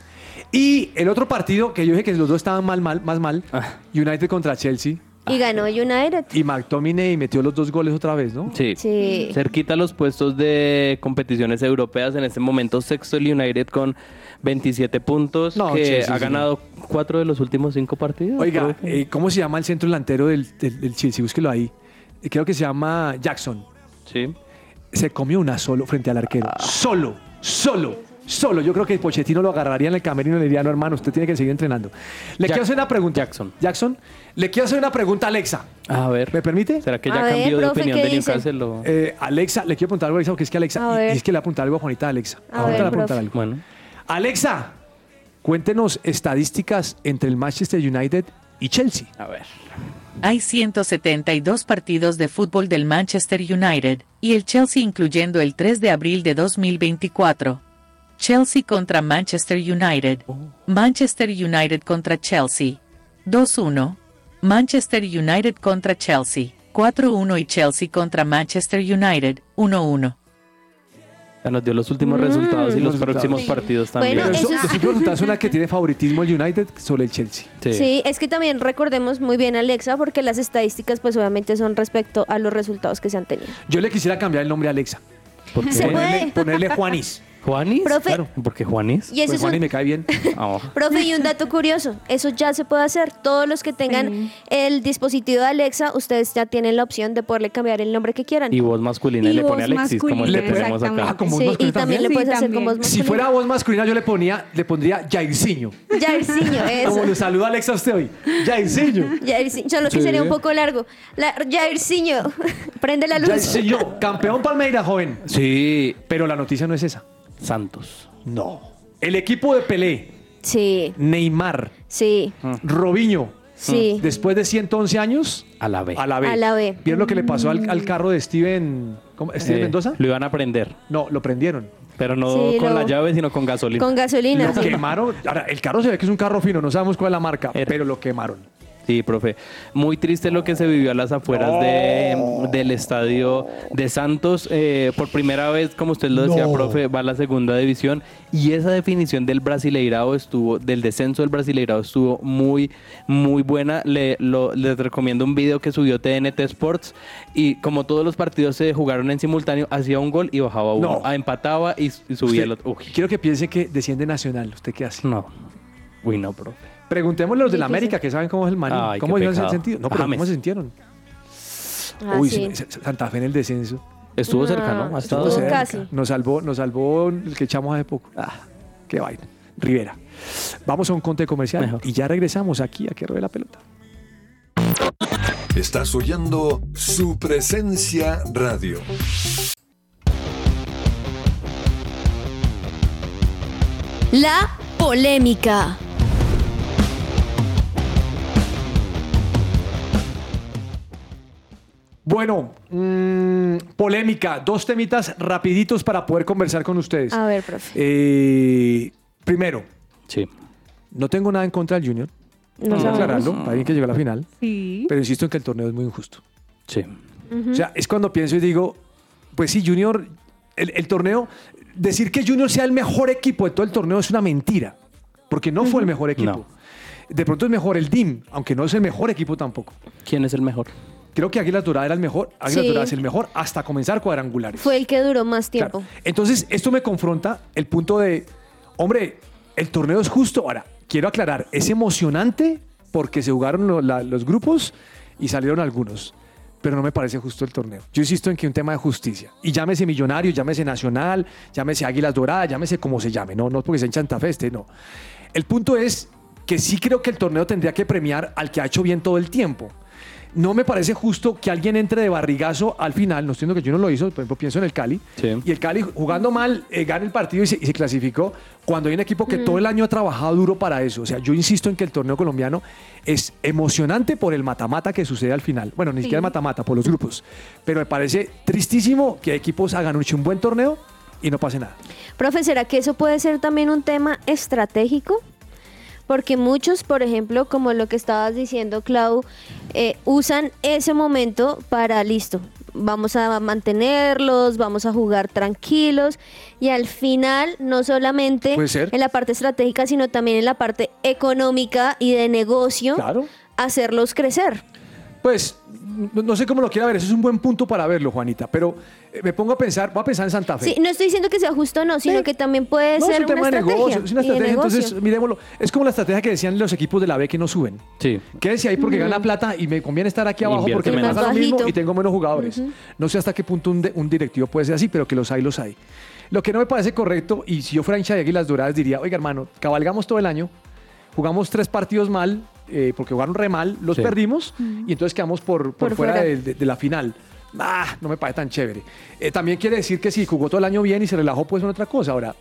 S2: Y el otro partido que yo dije que los dos estaban mal, mal, más mal,
S4: Ah.
S2: United contra Chelsea.
S3: Y ganó
S2: Ah,
S3: United.
S2: Y McTominay metió los dos goles otra vez, ¿no?
S4: Sí.
S3: Sí.
S4: Cerquita a los puestos de competiciones europeas. En este momento, sexto el United con 27 puntos.
S2: No,
S4: que
S2: Chelsea,
S4: ha
S2: sí,
S4: ganado cuatro de los últimos cinco partidos.
S2: Oiga,
S4: creo.
S2: eh, ¿cómo se llama el centro delantero del, del- del Chelsea? Búsquelo ahí. Eh, Creo que se llama Jackson.
S4: Sí.
S2: Se comió una solo frente al arquero. Solo, solo, solo. Yo creo que Pochettino lo agarraría en el camerino y le diría, no, hermano, usted tiene que seguir entrenando. Le
S4: Jack-
S2: quiero hacer una pregunta.
S4: Jackson.
S2: Jackson, le quiero hacer una pregunta a Alexa.
S4: A ver.
S2: ¿Me permite?
S4: ¿Será que
S3: A
S4: ya
S3: ver,
S4: cambió de
S3: profe,
S4: opinión
S3: ¿qué
S4: de
S3: dice?
S4: Newcastle? o-
S2: Eh, Alexa, le quiero preguntar algo a Alexa, porque es que
S3: A
S2: Alexa, y-
S3: ver.
S2: y es que le apunta algo a Juanita a Alexa.
S3: A
S2: Ahorita
S3: ver,
S2: le apunta
S3: profe.
S2: algo.
S4: Bueno.
S2: Alexa, cuéntenos estadísticas entre el Manchester United y Chelsea.
S4: A ver.
S7: Hay 172 partidos de fútbol del Manchester United y el Chelsea incluyendo el 3 de abril de 2024. Chelsea contra Manchester United. Manchester United contra Chelsea. 2-1. Manchester United contra Chelsea. 4-1 y Chelsea contra Manchester United. 1-1.
S4: Ya nos dio los últimos resultados y
S2: Los
S4: los
S2: resultados.
S4: próximos
S2: Sí.
S4: partidos
S3: Mm. Bueno,
S4: también.
S2: Pero eso,
S3: eso es-
S2: los últimos resultados son la que tiene favoritismo el United sobre el Chelsea.
S4: Sí.
S3: Sí, es que también recordemos muy bien a Alexa porque las estadísticas pues obviamente son respecto a los resultados que se han tenido.
S2: Yo le quisiera cambiar el nombre a Alexa.
S4: ¿Por qué?
S3: Se puede.
S2: Ponerle, ponerle Juanis.
S4: Juanis,
S3: Profe.
S4: claro, porque Juanis.
S3: Y eso
S2: Pues
S3: es un-
S2: Juanis me cae bien.
S4: Ah,
S3: Profe, y un dato curioso, eso ya se puede hacer. Todos los que tengan
S6: Sí.
S3: el dispositivo de Alexa, ustedes ya tienen la opción de poderle cambiar el nombre que quieran.
S4: y voz masculina
S5: Y
S4: le pone
S5: voz
S4: Alexis, como el que
S2: masculina,
S4: tenemos acá.
S2: Ah, como
S3: Sí,
S2: vos
S3: y también,
S2: también.
S3: le
S5: Sí,
S3: puedes hacer con
S5: también.
S3: voz
S2: Si
S3: masculina.
S2: fuera voz masculina, yo le ponía, le pondría Jairzinho.
S3: Jairzinho,
S2: Como lo
S3: eso.
S2: saluda Alexa a usted hoy. Jairzinho.
S3: Jairzinho, solo que sería un poco largo. La, Jairzinho, prende la luz.
S2: Jairzinho, campeón Palmeiras, joven.
S4: Sí,
S2: Pero la noticia no es esa.
S4: Santos.
S2: No. El equipo de Pelé,
S3: Sí,
S2: Neymar,
S3: sí,
S2: Mm,
S4: Mm.
S2: Robinho,
S3: sí.
S2: después de 111 años,
S4: A la B.
S2: a la B.
S3: A la B. Mm.
S2: ¿Vieron lo que le pasó al, al carro de Steven, ¿cómo? Steven
S4: Eh,
S2: Mendoza?
S4: Lo iban a prender,
S2: No, lo prendieron.
S4: pero no
S3: Sí,
S4: con
S3: lo-
S4: la llave, sino con gasolina.
S3: Con gasolina.
S2: Lo
S3: sí.
S2: quemaron. Ahora, el carro se ve que es un carro fino, no sabemos cuál es la marca,
S4: Era.
S2: pero lo quemaron.
S4: Sí, profe. Muy triste lo que se vivió a las afueras de, del estadio de Santos. Eh, por primera vez, como usted lo decía,
S2: No.
S4: profe, va a la segunda división. Y esa definición del brasileirado estuvo, del descenso del brasileirado estuvo muy, muy buena. Le- lo- les recomiendo un video que subió TNT Sports. Y como todos los partidos se jugaron en simultáneo, hacía un gol y bajaba uno.
S2: No.
S4: Ah, empataba y, y subía
S2: Usted-
S4: el otro. Uy,
S2: Quiero que piense que desciende Nacional. ¿Usted qué hace?
S4: no. Uy, no, profe.
S2: Preguntémosle a los de la
S3: Difícil.
S2: América que saben cómo es el maní.
S4: Ay,
S2: ¿Cómo
S4: qué
S2: ellos se
S4: pecado.
S2: sentido? No, pero
S4: James.
S2: ¿cómo se sintieron?
S3: Ah,
S2: Uy,
S3: sí.
S2: se- se- Santa Fe en el descenso.
S4: Estuvo
S3: No,
S4: cercano. Ha estado
S3: estuvo
S4: cerca.
S3: casi.
S2: Nos salvó, nos salvó el que echamos hace poco. Ah, qué vaina. Rivera. Vamos a un conte comercial
S4: Mejor.
S2: y ya regresamos aquí a que ruede la pelota.
S9: Estás oyendo su presencia radio.
S3: La polémica.
S2: Bueno, mm, polémica. Dos temitas rapiditos para poder conversar con ustedes.
S3: A ver, profe.
S2: Eh, primero,
S4: Sí.
S2: no tengo nada en contra del Junior. Vamos a aclararlo. Está bien que llegó a la final.
S5: Sí.
S2: Pero insisto en que el torneo es muy injusto.
S4: Sí.
S2: O sea, es cuando pienso y digo, pues sí, Junior, el, el torneo, decir que Junior sea el mejor equipo de todo el torneo es una mentira, porque no fue el mejor equipo.
S4: No.
S2: De pronto es mejor el DIM, aunque no es el mejor equipo tampoco.
S4: ¿Quién es el mejor?
S2: Creo que Águila Dorada era el mejor, Águila
S3: Sí.
S2: Dorada es el mejor hasta comenzar cuadrangulares.
S3: Fue el que duró más
S2: Claro.
S3: tiempo.
S2: Entonces, esto me confronta el punto de, hombre, el torneo es justo. Ahora, quiero aclarar, es emocionante porque se jugaron lo- la- los grupos y salieron algunos, pero no me parece justo el torneo. Yo insisto en que es un tema de justicia. Y llámese Millonario, llámese Nacional, llámese Águilas Doradas, llámese como se llame, no, no es porque sea en Chantafeste, no. El punto es que sí creo que el torneo tendría que premiar al que ha hecho bien todo el tiempo. No me parece justo que alguien entre de barrigazo al final, no estoy diciendo que yo no lo hizo, por ejemplo pienso en el Cali,
S4: Sí.
S2: y el Cali jugando mal eh, gana el partido y se, y se clasificó cuando hay un equipo que todo el año ha trabajado duro para eso. O sea, yo insisto en que el torneo colombiano es emocionante por el mata-mata que sucede al final. Bueno, ni siquiera el mata-mata, por los grupos. Pero me parece tristísimo que equipos hagan un un buen torneo y no pase nada.
S3: Profe, ¿será que eso puede ser también un tema estratégico? Porque muchos, por ejemplo, como lo que estabas diciendo, Clau, eh, usan ese momento para listo. Vamos a mantenerlos, vamos a jugar tranquilos y al final no solamente
S2: Puede ser.
S3: en la parte estratégica, sino también en la parte económica y de negocio,
S2: Claro.
S3: hacerlos crecer.
S2: Pues no, no sé cómo lo quiera ver, eso es un buen punto para verlo, Juanita, pero eh, me pongo a pensar, voy a pensar en Santa Fe.
S3: Sí, no estoy diciendo que sea justo o no, sino
S2: Sí.
S3: que también puede
S2: No, es
S3: ser
S2: un tema
S3: una
S2: de
S3: estrategia.
S2: negocio, es una
S3: y de
S2: estrategia, entonces
S3: negocio.
S2: miremoslo. Es como la estrategia que decían los equipos de la B que no suben.
S4: Sí.
S2: Quédese ahí porque gana plata y me conviene estar aquí abajo
S4: Invierte
S2: porque me
S4: menos.
S2: pasa lo mismo
S3: Bajito.
S2: y tengo menos jugadores. No sé hasta qué punto un, de- un directivo puede ser así, pero que los hay, los hay. Lo que no me parece correcto, y si yo fuera hincha de Águilas Doradas, diría, oiga, hermano, cabalgamos todo el año, jugamos tres partidos mal, eh, porque jugaron re mal, los
S4: Sí.
S2: perdimos y entonces quedamos por, por
S3: Por
S2: fuera,
S3: fuera.
S2: de, de- de la final. Ah, no me parece tan chévere. Eh, también quiere decir que si jugó todo el año bien y se relajó, pues son otra cosa. Ahora,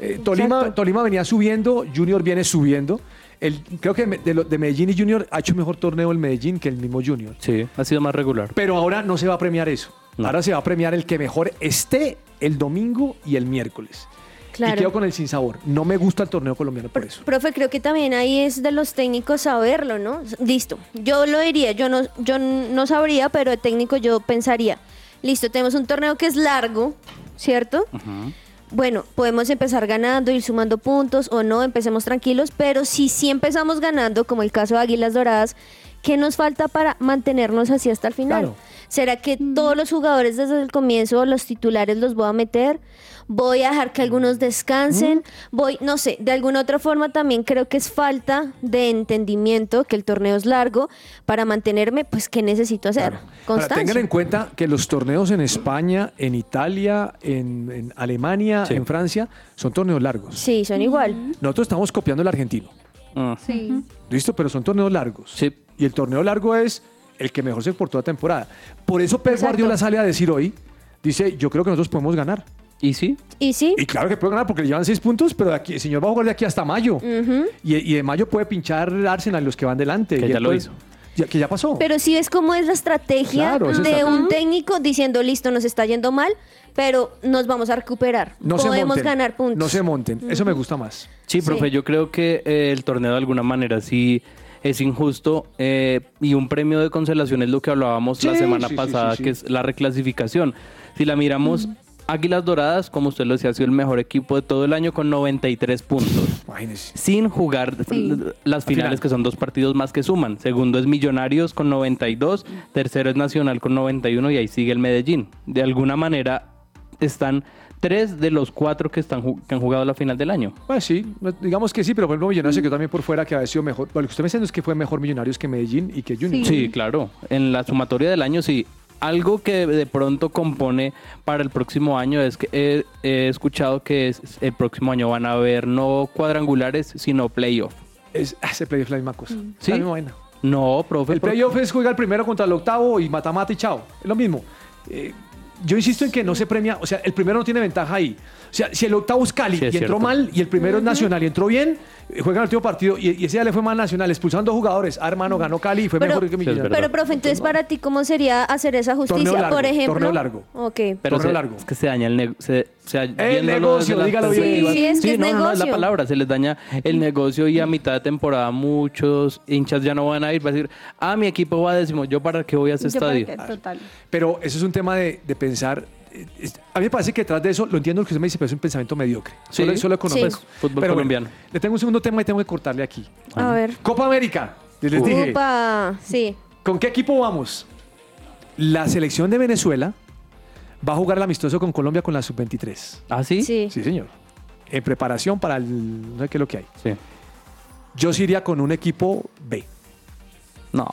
S2: eh, Tolima, Tolima venía subiendo, Junior viene subiendo. El, creo que de, lo- de Medellín y Junior ha hecho mejor torneo el Medellín que el mismo Junior.
S4: Sí, ha sido más regular.
S2: Pero ahora no se va a premiar eso.
S4: No.
S2: Ahora se va a premiar el que mejor esté el domingo y el miércoles.
S3: Claro.
S2: Y quedo con el sin sabor. No me gusta el torneo colombiano por eso.
S3: Profe, creo que también ahí es de los técnicos saberlo, ¿no? Listo, yo lo diría, yo no, yo n- no sabría, pero de técnico yo pensaría, listo, tenemos un torneo que es largo, ¿cierto? Bueno, podemos empezar ganando, ir sumando puntos o no, empecemos tranquilos, pero si sí empezamos ganando, como el caso de Águilas Doradas, ¿Qué nos falta para mantenernos así hasta el final?
S2: Claro.
S3: ¿Será que todos los jugadores desde el comienzo, los titulares los voy a meter? Voy a dejar que algunos descansen.
S2: Mm.
S3: Voy, no sé, de alguna otra forma también creo que es falta de entendimiento que el torneo es largo para mantenerme, pues qué necesito hacer.
S2: Ahora,
S3: Constancia.
S2: tengan en cuenta que los torneos en España, en Italia, en, en Alemania, en Francia, son torneos largos.
S3: Sí, son igual.
S2: Nosotros estamos copiando el argentino.
S4: Mm.
S5: Sí.
S2: Listo, pero son torneos largos.
S4: Sí.
S2: Y el torneo largo es el que mejor se portó la temporada. Por eso Pep Guardiola sale a decir hoy, dice, yo creo que nosotros podemos ganar.
S4: ¿Y sí?
S3: Y sí,
S2: Y claro que puede ganar porque le llevan seis puntos, pero de aquí, el señor va a jugar de aquí hasta mayo. y, y de mayo puede pinchar Arsenal los que van delante.
S4: Que
S2: Y
S4: ya
S2: él
S4: lo
S2: puede-
S4: hizo.
S2: ya- que ya pasó.
S3: pero sí es como es la estrategia
S2: Claro, es
S3: de
S2: estrategia.
S3: un técnico diciendo, listo, nos está yendo mal, pero nos vamos a recuperar.
S2: no se
S3: Podemos
S2: monten,
S3: ganar puntos.
S2: No se monten. Eso me gusta más.
S4: Sí, profe,
S3: Sí.
S4: yo creo que eh, el torneo de alguna manera sí es injusto eh, y un premio de consolación es lo que hablábamos la
S2: Sí,
S4: semana
S2: sí, sí,
S4: pasada,
S2: sí, sí.
S4: que es la reclasificación. Si la miramos, Águilas Doradas, como usted lo decía, ha sido el mejor equipo de todo el año con 93 puntos.
S2: Imagínense.
S4: Sin jugar
S5: Sí.
S4: l- las finales, que son dos partidos más que suman. Segundo es Millonarios con 92, tercero es Nacional con 91 y ahí sigue el Medellín. De alguna manera están tres de los cuatro que, están, ju- que han jugado la final del año.
S2: Bueno, Pues sí, no- digamos que sí, pero por ejemplo Millonarios se quedó también por fuera que había sido mejor. Bueno, Lo que usted me está diciendo es que fue mejor Millonarios que Medellín y que Junior.
S4: Sí, claro. En la sumatoria del año, sí. Algo que de pronto compone para el próximo año es que he, he escuchado que es- el próximo año van a haber no cuadrangulares, sino playoff.
S2: Es, ah, ese playoff es la misma cosa.
S4: Sí.
S2: La misma vaina.
S4: No, profe.
S2: El
S4: porque-
S2: playoff es jugar el primero contra el octavo y mata mata y chao. Es lo mismo. Eh, yo insisto en que no se premia, o sea, el primero no tiene ventaja ahí. O sea, si el octavo es Cali
S4: Sí, es
S2: y entró
S4: cierto.
S2: mal y el primero es Nacional y entró bien, eh, juegan el último partido y, y ese ya le fue mal Nacional, expulsando jugadores. Ah, hermano, ganó Cali y fue
S3: Pero-
S2: mejor que
S4: Sí, es
S2: Millonarios.
S4: verdad.
S3: Pero, profe, entonces para ti, ¿cómo sería hacer esa justicia?
S2: Torneo largo,
S3: Por ejemplo.
S2: torneo largo.
S3: Ok.
S4: Pero
S2: Torneo
S4: se-
S2: largo.
S4: es que se daña el negocio.
S2: El negocio, dígalo bien,
S3: Sí, Iván. es que es
S4: no, no, no, es la
S3: negocio.
S4: palabra. Se les daña el negocio y a mitad de temporada muchos hinchas ya no van a ir. Va a decir, ah, mi equipo va décimo. ¿Yo para qué voy a ese
S5: Yo para
S4: estadio?
S5: qué, total.
S2: Pero eso es un tema de, de pensar. eh, es- A mí me parece que detrás de eso, lo entiendo lo que usted me dice, pero es un pensamiento mediocre.
S4: Sí. Pues,
S2: Solo, solo económico.
S3: Sí.
S4: Fútbol
S2: Pero bueno,
S4: colombiano.
S2: le tengo un segundo tema y tengo que cortarle aquí.
S3: A ver.
S2: Copa América. Les dije.
S3: Upa, sí.
S2: ¿Con qué equipo vamos? La selección de Venezuela va a jugar el amistoso con Colombia con la sub-23.
S4: ¿Ah, sí?
S3: Sí.
S2: Sí, señor. En preparación para el. No sé qué es lo que hay.
S4: Sí.
S2: Yo sí iría con un equipo B.
S4: No.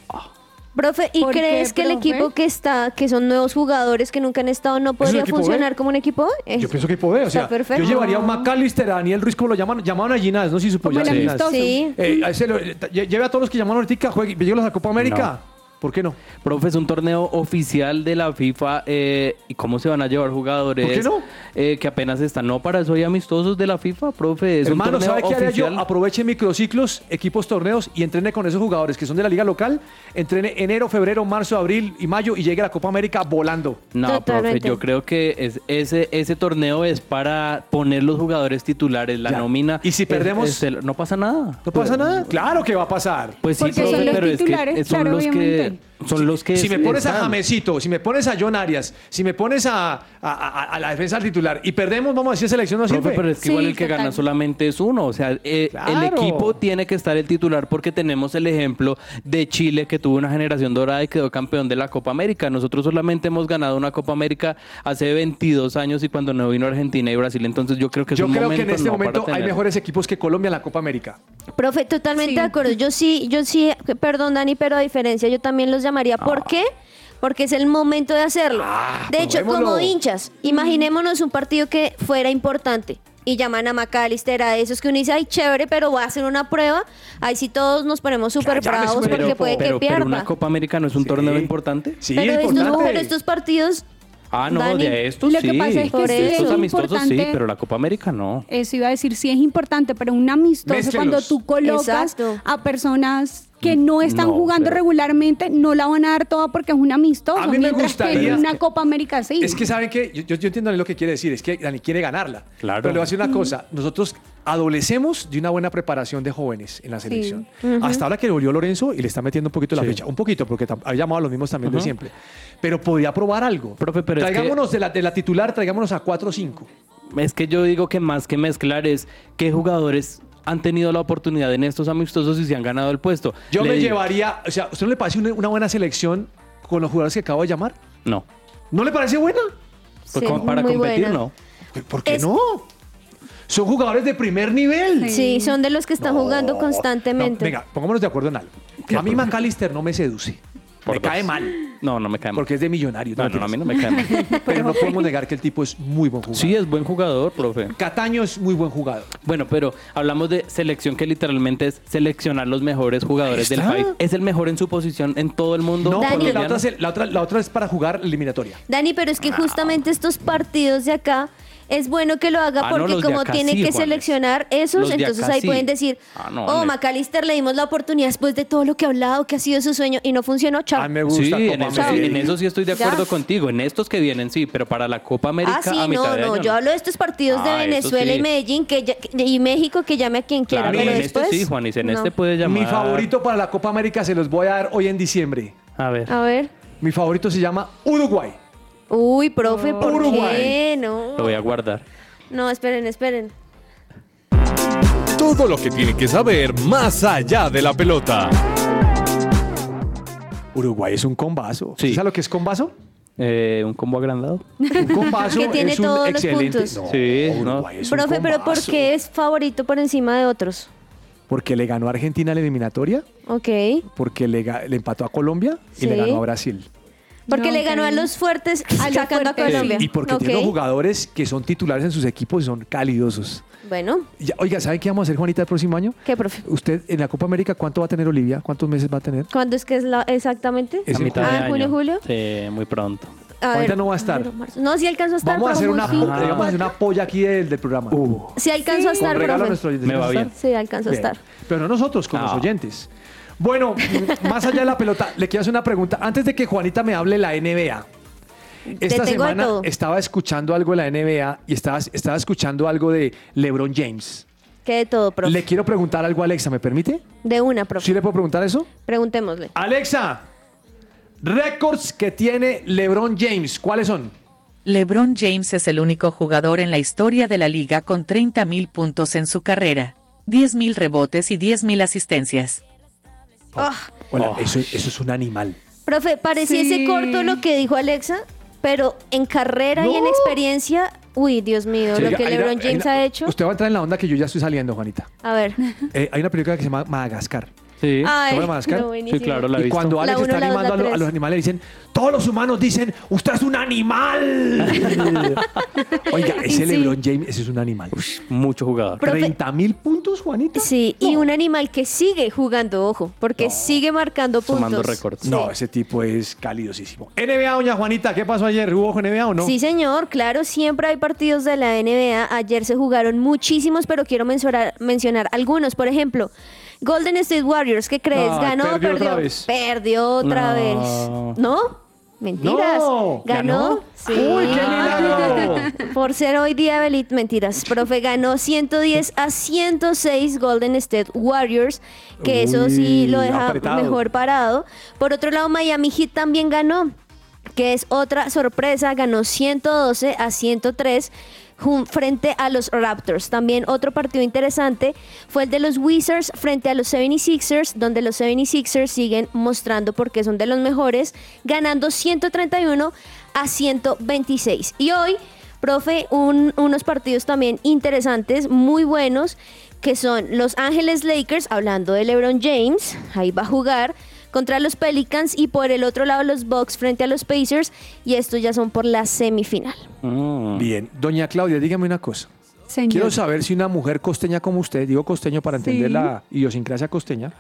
S3: Profe, ¿y
S5: ¿Por qué,
S3: crees que el
S5: profe?
S3: equipo que está, que son nuevos jugadores que nunca han estado, no podría
S2: equipo B?
S3: funcionar como un equipo? Es-
S2: Yo pienso que equipo B. O
S3: Está
S2: sea,
S3: perfecto.
S2: yo llevaría a un McAllister, a Daniel Ruiz, como lo llaman. Llamaban a Ginás, no sé si supo
S5: Como
S2: ya
S5: el
S2: Ginás.
S5: amistoso.
S3: Sí.
S2: Eh, a ese lo- eh, lle- lleve a todos los que llamaron ahorita, juegue, llévelos a la Copa América. ¿Por qué no?
S4: Profe, es un torneo oficial de la FIFA. eh, ¿Y cómo se van a llevar jugadores?
S2: ¿Por qué no?
S4: eh, que apenas están. No, para eso hay amistosos de la FIFA, profe. Es
S2: Hermano,
S4: un torneo
S2: ¿sabe qué haría yo?
S4: oficial.
S2: Aproveche microciclos, equipos, torneos y entrene con esos jugadores que son de la liga local. Entrene enero, febrero, marzo, abril y mayo y llegue a la Copa América volando.
S4: No,
S3: Totalmente.
S4: profe, yo creo que es, ese, ese torneo es para poner los jugadores titulares, la
S2: Ya.
S4: nómina.
S2: ¿Y si
S4: es-
S2: perdemos?
S4: es el- no pasa nada.
S2: ¿No pasa nada? Claro que va a pasar.
S4: Pues sí,
S5: Porque
S4: profe,
S5: son los
S4: pero es que
S5: titulares,
S4: son
S5: claro,
S4: los que
S5: obviamente.
S4: son los que
S2: si me pones a
S4: están.
S2: Jamesito, si me pones a John Arias, si me pones a, a- a- a la defensa titular y perdemos, vamos a decir selección no
S4: Profe,
S2: sirve.
S4: pero es que
S5: Sí,
S4: igual el que
S5: total.
S4: gana solamente es uno. O sea, eh, el
S2: Claro.
S4: equipo tiene que estar el titular porque tenemos el ejemplo de Chile que tuvo una generación dorada y quedó campeón de la Copa América. Nosotros solamente hemos ganado una Copa América hace 22 años y cuando no vino Argentina y Brasil. Entonces yo creo que es
S2: Yo
S4: un
S2: creo que en
S4: momento,
S2: este
S4: no, para
S2: momento hay
S4: tener-
S2: mejores equipos que Colombia en la Copa América.
S3: Profe, totalmente
S5: Sí.
S3: de acuerdo. Yo sí, yo sí, perdón Dani, pero a diferencia yo también los llamaría.
S2: Ah.
S3: ¿Por qué? Porque es el momento de hacerlo. de hecho,
S2: probémoslo.
S3: como hinchas, imaginémonos un partido que fuera importante y llaman a McAllister, a esos que uno dice, ay, chévere, pero voy a hacer una prueba. Ahí sí todos nos ponemos súper
S2: llame
S3: bravos
S2: súper
S3: porque
S2: loco.
S3: puede que
S4: Pero, pero
S3: pierda.
S4: una Copa América no es un torneo importante.
S2: Sí,
S3: pero, estos,
S2: importante.
S3: pero estos partidos,
S4: Ah, no,
S3: Dani,
S4: de estos
S5: lo
S4: sí.
S5: que pasa es que
S3: Por sí
S4: de
S3: es
S4: estos amistosos sí,
S5: importante-
S4: pero la Copa América no.
S5: Eso iba a decir, sí es importante, pero un amistoso
S2: Mézclelos.
S5: cuando tú colocas
S3: Exacto.
S5: a personas que no están
S4: No,
S5: jugando
S4: pero-
S5: regularmente, no la van a dar toda porque es un amistoso.
S2: A mí me
S5: mientras que
S2: gustaría-
S5: en una Copa América sí.
S2: Es que saben que yo, yo- yo entiendo lo que quiere decir, es que Dani quiere ganarla.
S4: Claro.
S2: Pero le voy a decir una cosa, nosotros adolecemos de una buena preparación de jóvenes en la selección. Hasta ahora que volvió Lorenzo y le está metiendo un poquito la fecha, un poquito porque tam- ha llamado a los mismos también de siempre. Pero podía probar algo.
S4: Profe, pero es que-
S2: traigámonos de, la, de la titular, traigámonos a 4 o 5.
S4: Es que yo digo que más que mezclar es qué jugadores han tenido la oportunidad en estos amistosos y se han ganado el puesto.
S2: Yo
S4: Le
S2: me
S4: digo-
S2: llevaría, o sea, ¿usted no le parece una, una buena selección con los jugadores que acabo de llamar?
S4: No.
S2: ¿No le parece buena? Pues,
S4: Pues
S3: Sí,
S4: como para
S3: muy
S4: competir,
S3: buena.
S4: no.
S2: ¿Por qué
S3: Es-
S2: no? Son jugadores de primer nivel.
S3: Sí, son de los que están jugando
S2: No,
S3: constantemente.
S2: venga, pongámonos de acuerdo en algo. A mí McAllister no me seduce.
S4: Por
S2: me cae
S4: dos.
S2: mal.
S4: No, no me cae mal.
S2: Porque es de millonario.
S4: no, no, a mí no me cae mal.
S2: Pero no podemos negar que el tipo es muy buen jugador.
S4: Sí, es buen jugador, profe.
S2: Cataño es muy buen jugador.
S4: Bueno, pero hablamos de selección que literalmente es seleccionar los mejores jugadores
S2: Ahí
S4: del
S2: está.
S4: país. Es el mejor en su posición en todo el mundo.
S2: No,
S3: Dani.
S2: porque la
S4: colombiano.
S2: otra, es, la, otra, la otra es para jugar eliminatoria.
S3: Dani, pero es que
S4: Ah.
S3: justamente estos partidos de acá es bueno que lo haga
S4: Ah, no,
S3: porque
S4: los de
S3: como
S4: acá
S3: tiene
S4: sí,
S3: que
S4: Juanes.
S3: seleccionar
S4: Los
S3: esos,
S4: de
S3: entonces
S4: acá
S3: ahí
S4: sí.
S3: pueden decir,
S4: Ah, no,
S3: oh,
S4: Andrés.
S3: McAllister le dimos la oportunidad después de todo lo que ha hablado, que ha sido su sueño y no funcionó, chao.
S4: Ah,
S2: A mí me gusta
S4: Sí,
S2: Copa
S4: en eso, sí,
S2: América.
S4: en eso sí estoy de
S3: Ya.
S4: acuerdo contigo. En estos que vienen sí, pero para la Copa América
S3: Ah, sí,
S4: a mitad
S3: no,
S4: de año,
S3: no, yo hablo de estos partidos de
S4: Ah, eso
S3: Venezuela y
S4: sí.
S3: Medellín que ya- y México que llame a quien quiera,
S4: Claro,
S3: pero
S4: en
S3: después...
S4: este sí, Juanis, en
S3: no.
S4: este puede llamar.
S2: Mi favorito para la Copa América se los voy a dar hoy en diciembre.
S4: A ver.
S3: A ver,
S2: Mi favorito se llama Uruguay.
S3: uy, profe, ¿por
S2: Uruguay.
S3: qué?
S4: Lo
S3: No,
S4: voy a guardar.
S3: no, esperen, esperen.
S8: Todo lo que tiene que saber más allá de la pelota.
S2: Uruguay es un combazo.
S4: Sí.
S2: ¿Sabes lo que es combazo?
S4: Eh, ¿Un combo agrandado.
S2: Un combazo
S3: Que tiene
S2: es un
S3: todos los
S2: excelente.
S3: puntos.
S2: No,
S4: Sí, no.
S2: Uruguay es un
S3: Profe, pero ¿por
S2: combazo.
S3: qué es favorito por encima de otros?
S2: Porque le ganó a Argentina la eliminatoria,
S3: Ok,
S2: porque le, ga- le empató a Colombia y le
S3: Sí.
S2: ganó a Brasil.
S3: porque
S5: No,
S3: le ganó a
S5: increíble.
S3: los fuertes
S5: los
S3: sacando a
S5: fuertes,
S3: Colombia.
S2: Y porque tiene
S3: Ok.
S2: unos jugadores que son titulares en sus equipos y son calidosos.
S3: Bueno,
S2: Ya, oiga, ¿sabe qué vamos a hacer, Juanita, el próximo año?
S3: ¿qué, profe?
S2: Usted en la Copa América, ¿cuánto va a tener Olivia? ¿Cuántos meses va a tener?
S3: ¿Cuándo es que es la exactamente?
S2: Es
S4: a
S2: en
S4: mitad
S3: julio.
S4: de
S3: Ah, ¿en
S4: año.
S3: junio, julio?
S4: Sí, muy pronto.
S3: A
S2: Juanita
S3: ver,
S2: no va a estar.
S3: enero, marzo. No, si alcanzó a estar.
S2: Vamos a hacer
S3: profe,
S2: una,
S3: muy
S2: po-
S3: fin.
S2: eh, vamos a hacer una polla aquí del, del programa.
S3: Sí alcanzó a
S2: Con
S3: estar,
S2: regalo a
S3: profe.
S2: nuestros oyentes.
S4: Uh. Me va
S2: ¿Vas a
S4: bien.
S2: estar?
S3: Sí, alcanzó a
S2: Bien.
S3: estar.
S2: Pero no nosotros, con los
S4: No.
S2: oyentes. Bueno, mm, más allá de la pelota, le quiero hacer una pregunta. Antes de que Juanita me hable la NBA. Esta
S3: tengo de
S2: semana
S3: todo.
S2: estaba escuchando algo de la NBA y estaba, estaba escuchando algo de LeBron James.
S3: Que de todo, profe.
S2: Le quiero preguntar algo a Alexa, ¿me permite?
S3: De una, profe.
S2: ¿Sí Ah, le puedo preguntar eso?
S3: Preguntémosle.
S2: Alexa, récords que tiene LeBron James, ¿cuáles son?
S7: LeBron James es el único jugador en la historia de la liga con 30.000 puntos en su carrera, 10.000 rebotes y 10.000 asistencias.
S2: oh. Hola, eso, eso es un animal.
S3: Ah, Profe, pareciese
S5: Sí.
S3: corto lo que dijo Alexa, pero en carrera y en
S2: No. experiencia,
S3: experiencia, uy, Dios mío, lo
S2: Oiga,
S3: que
S2: hay una-
S3: LeBron
S2: hay
S3: James
S2: una-
S3: ha hecho.
S2: Usted va a entrar en la onda que yo ya estoy saliendo, Juanita.
S3: A ver.
S2: Eh, hay una película que se llama Madagascar.
S4: Sí.
S3: Ay,
S2: ¿Toma Madagascar?
S3: no, buenísimo.
S4: Sí, claro, la he
S2: y
S4: visto.
S2: cuando
S3: La
S2: Alex
S3: uno,
S2: está
S3: la dos,
S2: animando
S3: la
S2: a, lo- a
S3: tres.
S2: los animales, dicen, todos los humanos dicen, usted es un animal. Oiga, ese
S5: Sí.
S2: LeBron James, ese es un animal.
S4: Mucho jugador.
S3: Profe-
S2: 30 mil puntos, Juanita.
S3: Sí, y un animal que sigue jugando, ojo, porque sigue marcando puntos.
S4: Sumando récords.
S2: No, ese tipo es calidosísimo. NBA, doña Juanita, ¿qué pasó ayer? ¿Hubo NBA o no?
S3: Sí, señor, claro, siempre hay partidos de la NBA. Ayer se jugaron muchísimos, pero quiero mencionar, mencionar algunos. Por ejemplo, Golden State Warriors, ¿qué crees?
S2: No,
S3: ¿Ganó o
S2: perdió
S3: perdió?
S2: otra vez.
S3: Perdió otra
S4: No.
S3: vez. ¿No? Mentiras.
S2: No. Ah,
S3: ¿Ganó?
S2: ¿Ganó?
S3: Sí.
S2: ¡Uy, qué milagro!
S3: Por ser hoy día de belit- mentiras, profe, ganó 110 a 106 Golden State Warriors, que eso sí
S2: Uy,
S3: lo deja
S2: apretado.
S3: mejor parado. Por otro lado, Miami Heat también ganó, que es otra sorpresa, ganó 112 a 103 jun- frente a los Raptors. También otro partido interesante fue el de los Wizards frente a los 76ers, donde los 76ers siguen mostrando por qué son de los mejores, ganando 131 a 126. Y hoy Profe, un- unos partidos también interesantes, muy buenos, que son Los Ángeles Lakers, hablando de LeBron James, ahí va a jugar, contra los Pelicans y por el otro lado los Bucks frente a los Pacers, y estos ya son por la semifinal.
S4: Mm.
S2: Bien, doña Claudia, dígame una cosa.
S5: Señor.
S2: Quiero saber si una mujer costeña como usted, digo costeño para entender
S5: Sí.
S2: la idiosincrasia costeña,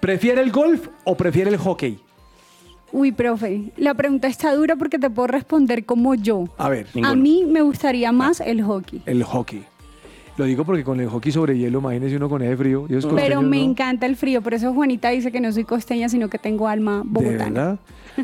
S2: ¿prefiere el golf o prefiere el hockey?
S5: Uy, profe, la pregunta está dura porque te puedo responder como yo.
S2: A ver,
S4: Ninguno.
S5: A mí me gustaría más el hockey.
S2: el hockey. Lo digo porque con el hockey sobre hielo, imagínese uno con ese frío. Dios
S5: Pero me encanta el frío, por eso Juanita dice que no soy costeña, sino que tengo alma
S2: ¿De
S5: bogotana.
S2: verdad?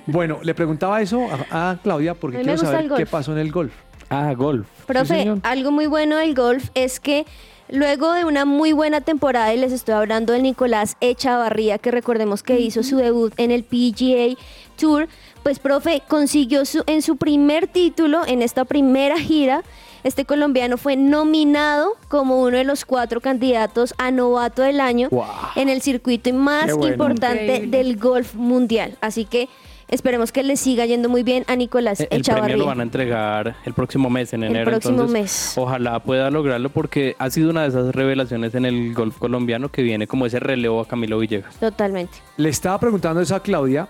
S2: Bueno, le preguntaba eso a, a Claudia porque
S3: A mí me
S2: quiero
S3: gusta
S2: saber
S3: el golf.
S2: qué pasó en el golf.
S4: Ah, golf.
S3: Profe,
S2: señor.
S3: algo muy bueno del golf es que luego de una muy buena temporada, y les estoy hablando del Nicolás Echavarría, que recordemos que hizo su debut en el PGA Tour, pues profe, consiguió su- en su primer título, en esta primera gira, este colombiano fue nominado como uno de los cuatro candidatos a novato del año
S2: Wow.
S3: en el circuito
S2: Qué
S3: más
S2: bueno.
S3: importante
S5: Increíble.
S3: del golf mundial. Así que esperemos que le siga yendo muy bien a Nicolás
S4: Eh, El premio lo van
S3: Echavarría.
S4: a entregar el próximo mes, en
S3: El
S4: enero.
S3: próximo
S4: entonces,
S3: mes.
S4: Ojalá pueda lograrlo porque ha sido una de esas revelaciones en el golf colombiano que viene como ese relevo a Camilo Villegas.
S3: Totalmente.
S2: Le estaba preguntando eso a Claudia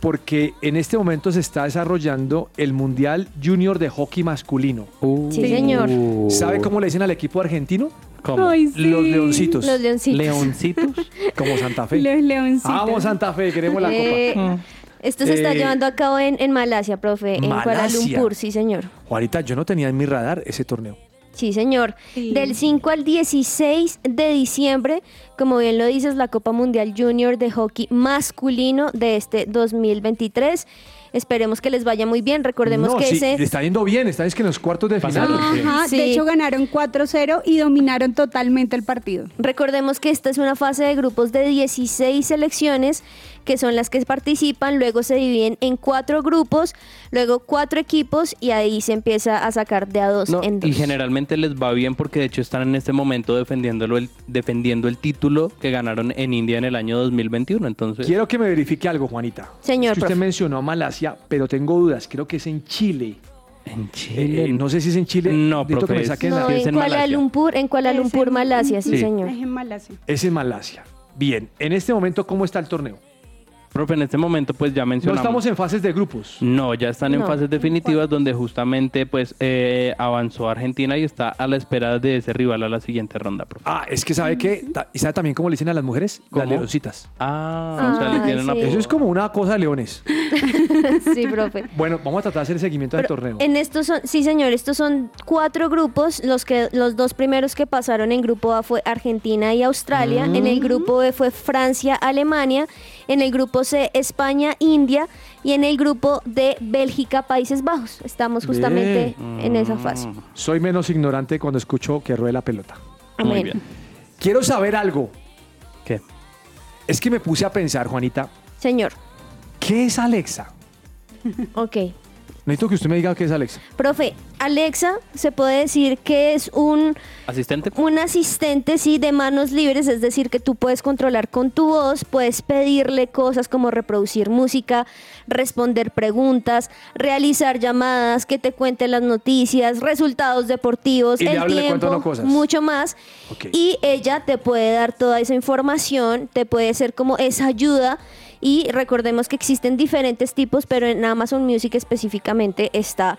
S2: porque en este momento se está desarrollando el Mundial Junior de Hockey Masculino.
S3: Sí, señor.
S2: ¿Sabe cómo le dicen al equipo argentino?
S4: Oh. Uh, ¿Cómo?
S5: Ay, sí.
S2: Los Leoncitos,
S3: Los leoncitos.
S4: Leoncitos.
S2: como Santa Fe.
S5: Los leoncitos.
S2: Vamos Santa Fe, queremos la
S3: Eh,
S2: copa.
S3: Esto se está
S2: Eh,
S3: llevando a cabo en, en Malasia, profe, en Kuala
S2: Malasia.
S3: Lumpur, sí, señor.
S2: Juanita, yo no tenía en mi radar ese torneo.
S3: Sí, señor.
S5: Sí.
S3: Del 5 al 16 de diciembre, como bien lo dices, la Copa Mundial Junior de Hockey Masculino de este 2023. Esperemos que les vaya muy bien. Recordemos
S2: no,
S3: que
S2: sí,
S3: ese...
S2: le está yendo bien, está es que en los cuartos de final.
S4: Pasaron.
S5: Ajá,
S3: Sí.
S5: de hecho ganaron 4-0 y dominaron totalmente el partido.
S3: Recordemos que esta es una fase de grupos de 16 selecciones que son las que participan, luego se dividen en cuatro grupos, luego cuatro equipos y ahí se empieza a sacar de a dos
S4: No,
S3: en dos.
S4: y generalmente les va bien porque de hecho están en este momento defendiéndolo el, defendiendo el título que ganaron en India en el año 2021. Entonces,
S2: Quiero que me verifique algo, Juanita.
S3: Señor
S2: Es que usted
S3: profe.
S2: mencionó a Malasia, pero tengo dudas. Creo que es en Chile.
S4: en Chile
S2: Eh, no sé si es en Chile.
S4: No,
S2: Necesito que
S4: profe,
S2: me saquen
S3: No,
S4: la-
S3: en,
S4: es en
S3: Kuala
S4: Malasia.
S3: Lumpur, en Kuala
S5: Es
S3: Lumpur,
S5: en-
S3: Malasia, sí,
S4: Sí.
S3: señor.
S5: Es en Malasia.
S2: Es en Malasia. Bien, en este momento, ¿cómo está el torneo?
S4: profe, en este momento pues ya
S2: No
S4: mencionamos.
S2: estamos en fases de grupos.
S4: No, ya están
S3: No.
S4: en fases definitivas donde justamente pues eh, avanzó Argentina y está a la espera de ese rival a la siguiente ronda, profe.
S2: Ah, es que sabe que. ta- ¿Y sabe también cómo le dicen a las mujeres? Las
S4: ¿Cómo?
S2: leoncitas.
S4: Ah,
S3: Ah,
S4: o sea, le tienen
S3: sí.
S4: apodo.
S2: Eso es como una cosa de leones.
S3: Sí, profe.
S2: Bueno, vamos a tratar de hacer el seguimiento del
S3: Pero
S2: torneo.
S3: En estos son, sí señor, estos son cuatro grupos, los que los dos primeros que pasaron en grupo A fue Argentina y Australia, en el grupo B fue Francia, Alemania, en el grupo C España, India y en el grupo D Bélgica, Países Bajos. Estamos justamente en esa fase.
S2: Soy menos ignorante cuando escucho que ruede la pelota.
S4: Muy
S3: Amén.
S4: bien.
S2: Quiero saber algo.
S4: ¿Qué?
S2: Es que me puse a pensar, Juanita,
S3: Señor.
S2: ¿qué es Alexa?
S3: Ok.
S2: Necesito que usted me diga qué es Alexa.
S3: Profe, Alexa se puede decir que es un
S4: ¿Asistente?
S3: un asistente, sí, de manos libres, es decir, que tú puedes controlar con tu voz, puedes pedirle cosas como reproducir música, responder preguntas, realizar llamadas, que te cuente las noticias, resultados deportivos,
S2: Y le
S3: el
S2: habla y le cuenta
S3: tiempo,
S2: uno cosas.
S3: mucho más.
S2: Ok.
S3: Y ella te puede dar toda esa información, te puede ser como esa ayuda. Y recordemos que existen diferentes tipos, pero en Amazon Music específicamente está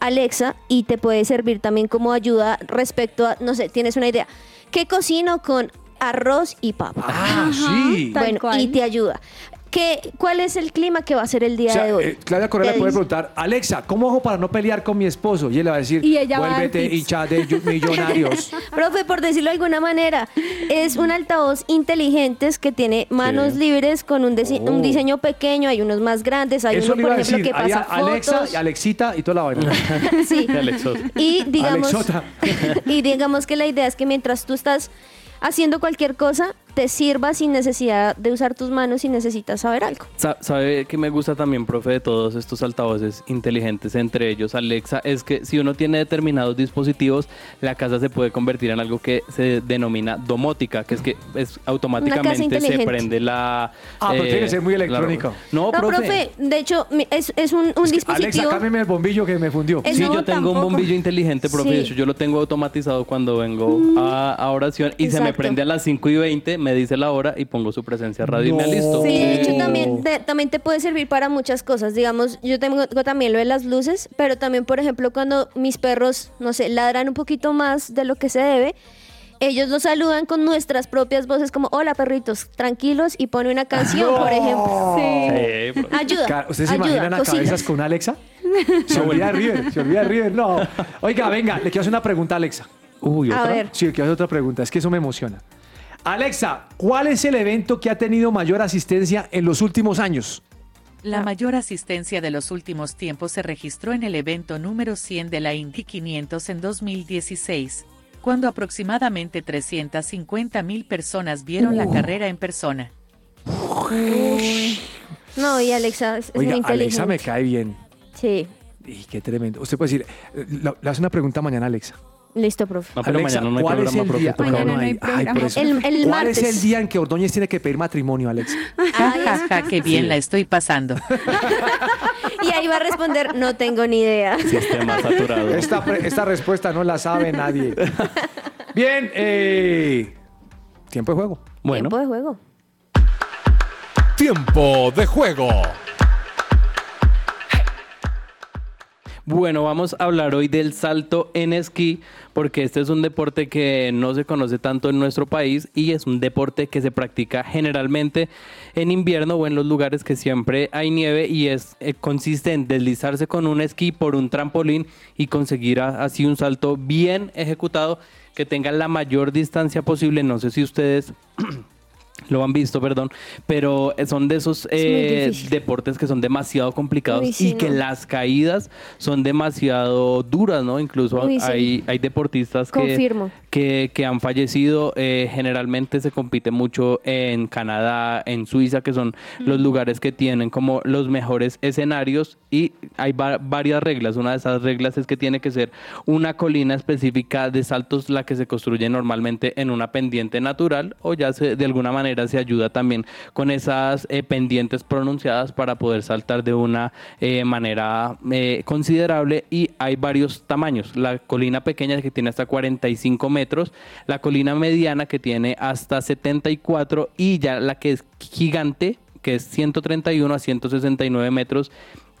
S3: Alexa y te puede servir también como ayuda respecto a, no sé, tienes una idea, ¿qué cocino con arroz y papa?
S2: Ah, sí.
S5: tal
S3: bueno,
S5: cual.
S3: y te ayuda. ¿Qué, ¿Cuál es el clima que va a ser el día
S2: O sea,
S3: de hoy?
S2: eh, Claudia Correa
S3: Te
S2: le puede
S3: dice.
S2: preguntar, Alexa, ¿cómo hago para no pelear con mi esposo? Y él le va a decir,
S5: Y ella va a dar
S2: vuélvete
S5: tips".
S2: hincha de yu- millonarios.
S3: Profe, por decirlo de alguna manera, es un altavoz inteligente que tiene manos
S4: Sí.
S3: libres con un, dise- un diseño pequeño, hay unos más grandes, hay
S2: Oh. Eso le
S3: uno,
S2: iba
S3: por
S2: a
S3: ejemplo,
S2: decir,
S3: que
S2: ahí a
S3: pasa
S2: Alexa,
S3: fotos.
S2: y Alexita y toda la vaina.
S3: Sí.
S4: Alexos.
S3: Y digamos,
S2: Alexota.
S3: y digamos que la idea es que mientras tú estás haciendo cualquier cosa, te sirva sin necesidad de usar tus manos si necesitas saber algo.
S4: Sa- ¿Sabe que me gusta también, profe, de todos estos altavoces inteligentes, entre ellos Alexa? Es que si uno tiene determinados dispositivos, la casa se puede convertir en algo que se denomina domótica, que es que es, automáticamente se
S3: inteligente.
S4: prende la... eh,
S2: Ah, pero tiene que ser muy
S4: la-
S2: electrónico.
S4: no,
S3: No,
S4: profe.
S3: profe, de hecho, mi- es, es un, un
S2: Alexa,
S3: dispositivo.
S2: cámbiame el bombillo que me fundió.
S3: Es-
S4: Sí,
S3: Eh, No,
S4: yo tengo un
S5: tampoco.
S4: bombillo inteligente, profe.
S3: Sí. Mm.
S4: de hecho, yo lo tengo automatizado cuando vengo a, a oración y se me
S3: Exacto.
S4: prende a las 5 y 20, me dice la hora y pongo su presencia radio y me
S2: No.
S4: alisto.
S3: Sí, de hecho
S2: Oh.
S3: también te, también te puede servir para muchas cosas. Digamos, yo tengo también lo de las luces, pero también, por ejemplo, cuando mis perros, no sé, ladran un poquito más de lo que se debe, ellos los saludan con nuestras propias voces como, hola perritos, tranquilos, y pone una canción, por ejemplo.
S5: Sí.
S4: Eh, profe.
S2: Ca-
S3: Ayuda.
S2: ¿Ustedes se
S3: ayuda,
S2: imaginan a
S3: cocina.
S2: cabezas con Alexa? Se olvida de River, se olvida de River. No. Oiga, venga, le quiero hacer una pregunta a Alexa.
S4: Uy,
S3: A
S4: otra.
S3: ver.
S2: Sí, le quiero hacer otra pregunta, es que eso me emociona. Alexa, ¿cuál es el evento que ha tenido mayor asistencia en los últimos años?
S7: La mayor asistencia de los últimos tiempos se registró en el evento número 100 de la Indy 500 en 2016, cuando aproximadamente 350.000 personas vieron la carrera en persona.
S3: No, y Alexa es, es
S2: Oiga,
S3: muy inteligente.
S2: Alexa me cae bien.
S3: Sí,
S2: Y qué tremendo. Usted puede decir, eh, la- le hace una pregunta mañana, a Alexa.
S3: listo, profe.
S4: No, pero
S2: Alexa,
S4: mañana no hay
S2: ¿cuál es
S4: programa,
S2: el
S4: profe,
S2: día?
S4: toca
S5: Mañana
S4: ahora.
S5: no
S2: Ay,
S5: hay
S2: por
S5: programa.
S2: eso.
S3: El- el
S2: ¿Cuál es el
S3: martes.
S2: día en que Ordóñez tiene que pedir matrimonio, Alexa?
S7: Ja, ja, qué bien la estoy pasando.
S3: Y ahí va a responder, no tengo ni idea.
S4: Sistema saturado.
S2: Esta, pre- esta respuesta no la sabe nadie. Bien, eh, tiempo de juego.
S4: Bueno,
S3: Tiempo de juego.
S8: Tiempo de juego.
S4: Bueno, vamos a hablar hoy del salto en esquí, porque este es un deporte que no se conoce tanto en nuestro país y es un deporte que se practica generalmente en invierno o en los lugares que siempre hay nieve y es eh, consiste en deslizarse con un esquí por un trampolín y conseguir a- así un salto bien ejecutado que tenga la mayor distancia posible. No sé si ustedes lo han visto, perdón, pero son de esos
S3: muy
S4: eh,
S3: difícil.
S4: deportes que son demasiado complicados
S3: Uy, sí,
S4: y que
S3: no.
S4: las caídas son demasiado duras, ¿no? Incluso
S3: Uy, sí.
S4: hay, hay deportistas que,
S3: Confirmo.
S4: que, que han fallecido. eh, generalmente se compite mucho en Canadá, en Suiza, que son los lugares que tienen como los mejores escenarios y hay va- varias reglas. Una de esas reglas es que tiene que ser una colina específica de saltos la que se construye normalmente en una pendiente natural o ya se, de alguna manera se ayuda también con esas eh, pendientes pronunciadas para poder saltar de una eh, manera eh, considerable y hay varios tamaños. La colina pequeña que tiene hasta 45 metros, la colina mediana que tiene hasta 74 y ya la que es gigante que es 131 a 169 metros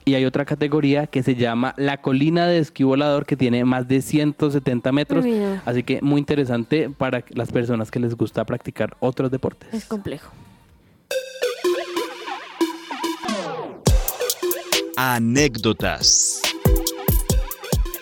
S4: y hay otra categoría que se llama la colina de esquí volador que tiene más de 170 metros.
S3: Uy, no.
S4: Así que muy interesante para las personas que les gusta practicar otros deportes.
S3: Es complejo.
S10: Anécdotas.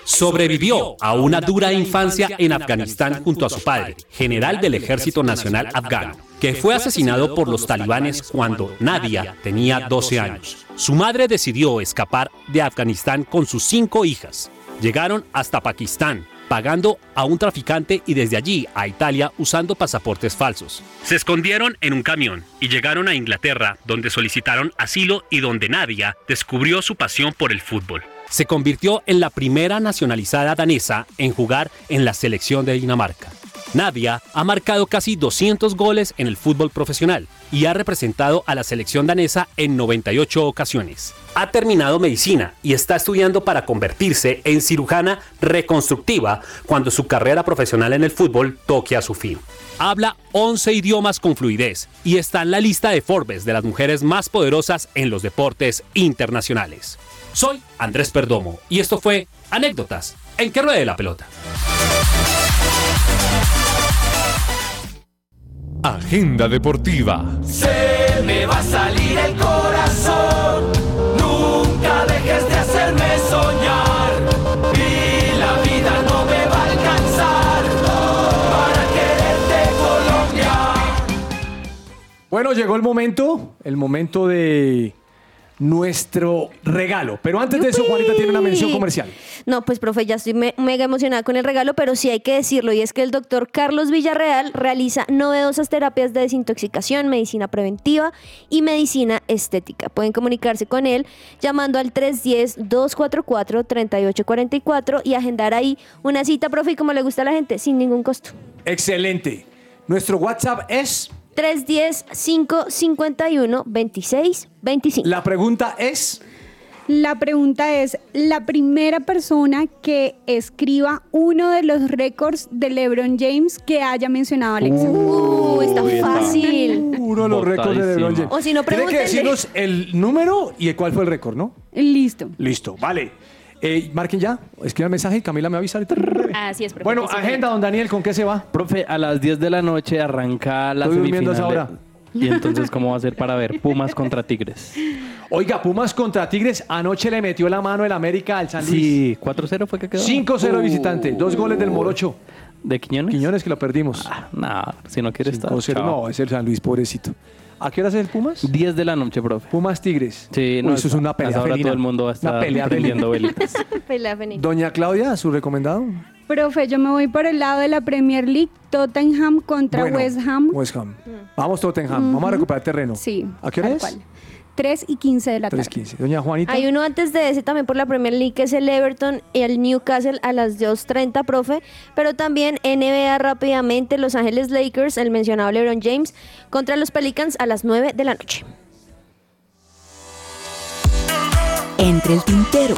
S10: Sobrevivió a una dura infancia en Afganistán junto a su padre, general del Ejército Nacional Afgano, que fue asesinado por los talibanes cuando Nadia tenía 12 años. Su madre decidió escapar de Afganistán con sus cinco hijas. Llegaron hasta Pakistán, pagando a un traficante y desde allí a Italia usando pasaportes falsos. Se escondieron en un camión y llegaron a Inglaterra, donde solicitaron asilo y donde Nadia descubrió su pasión por el fútbol. Se convirtió en la primera nacionalizada danesa en jugar en la selección de Dinamarca. Nadia ha marcado casi 200 goles en el fútbol profesional y ha representado a la selección danesa en 98 ocasiones. Ha terminado medicina y está estudiando para convertirse en cirujana reconstructiva cuando su carrera profesional en el fútbol toque a su fin. Habla 11 idiomas con fluidez y está en la lista de Forbes de las mujeres más poderosas en los deportes internacionales. Soy Andrés Perdomo y esto fue Anécdotas en que ruede la pelota.
S9: Agenda deportiva.
S2: Bueno, llegó el momento, el momento de nuestro regalo. Pero antes de eso, Juanita tiene una mención
S3: ¡Yupi!
S2: comercial.
S3: No, pues profe, ya estoy me- mega emocionada con el regalo, pero sí hay que decirlo, y es que el doctor Carlos Villarreal realiza novedosas terapias de desintoxicación, medicina preventiva y medicina estética. Pueden comunicarse con él llamando al 310-244-3844 y agendar ahí una cita, profe, y como le gusta a la gente, sin ningún costo.
S2: Excelente. Nuestro WhatsApp es,
S3: 310-551-2625.
S2: la pregunta es,
S5: La pregunta es, la primera persona que escriba uno de los récords de LeBron James que haya mencionado Alexa.
S3: Uh, está fácil.
S2: uno de los récords de LeBron James.
S3: O si no,
S2: Tiene que
S3: pregúntenle.
S2: decirnos el número y el- cuál fue el récord, ¿no?
S5: Listo.
S2: Listo, vale. Eh, marquen ya, escriban mensaje y Camila me avisa ahorita.
S6: Así es, profe,
S2: Bueno,
S6: que sí,
S2: agenda, don Daniel, ¿con qué se va?
S4: Profe, a las 10 de la noche arranca la
S2: Estoy durmiendo a esa
S4: semifinal.
S2: hora.
S4: Y entonces, ¿cómo va a ser para ver Pumas contra Tigres?
S2: Oiga, Pumas contra Tigres, anoche le metió la mano el América al San Luis.
S4: Sí, Uh. 4-0 fue que quedó.
S2: 5-0 visitante, dos goles del Morocho.
S4: ¿De Quiñones?
S2: Quiñones que lo perdimos.
S4: Ah, Nah, si no quiere estar.
S2: 5-0,
S4: chao.
S2: no, es el San Luis, pobrecito. ¿A qué hora es el Pumas?
S4: 10 de la noche, profe.
S2: Pumas Tigres.
S4: Sí,
S2: Uy,
S4: no,
S2: eso es una pelea
S4: Ahora
S2: felina.
S4: todo el mundo va a
S2: Una
S4: estar
S2: pelea
S4: prendiendo
S2: felina.
S4: velitas.
S3: Pelea, Fenix.
S2: Doña Claudia, su recomendado.
S5: Profe, yo me voy por el lado de la Premier League, Tottenham contra
S2: Bueno,
S5: West Ham.
S2: West Ham. Vamos Tottenham, vamos a recuperar terreno.
S5: Sí.
S2: ¿A qué hora
S5: tal
S2: es?
S5: cual. 3 y 15 de la tarde.
S2: 3.15. Doña Juanita.
S3: Hay uno antes de ese también por la Premier League que es el Everton y el Newcastle a las 2.30, profe. Pero también NBA rápidamente, Los Ángeles Lakers, el mencionado LeBron James, contra los Pelicans a las 9 de la noche.
S11: Entre el tintero.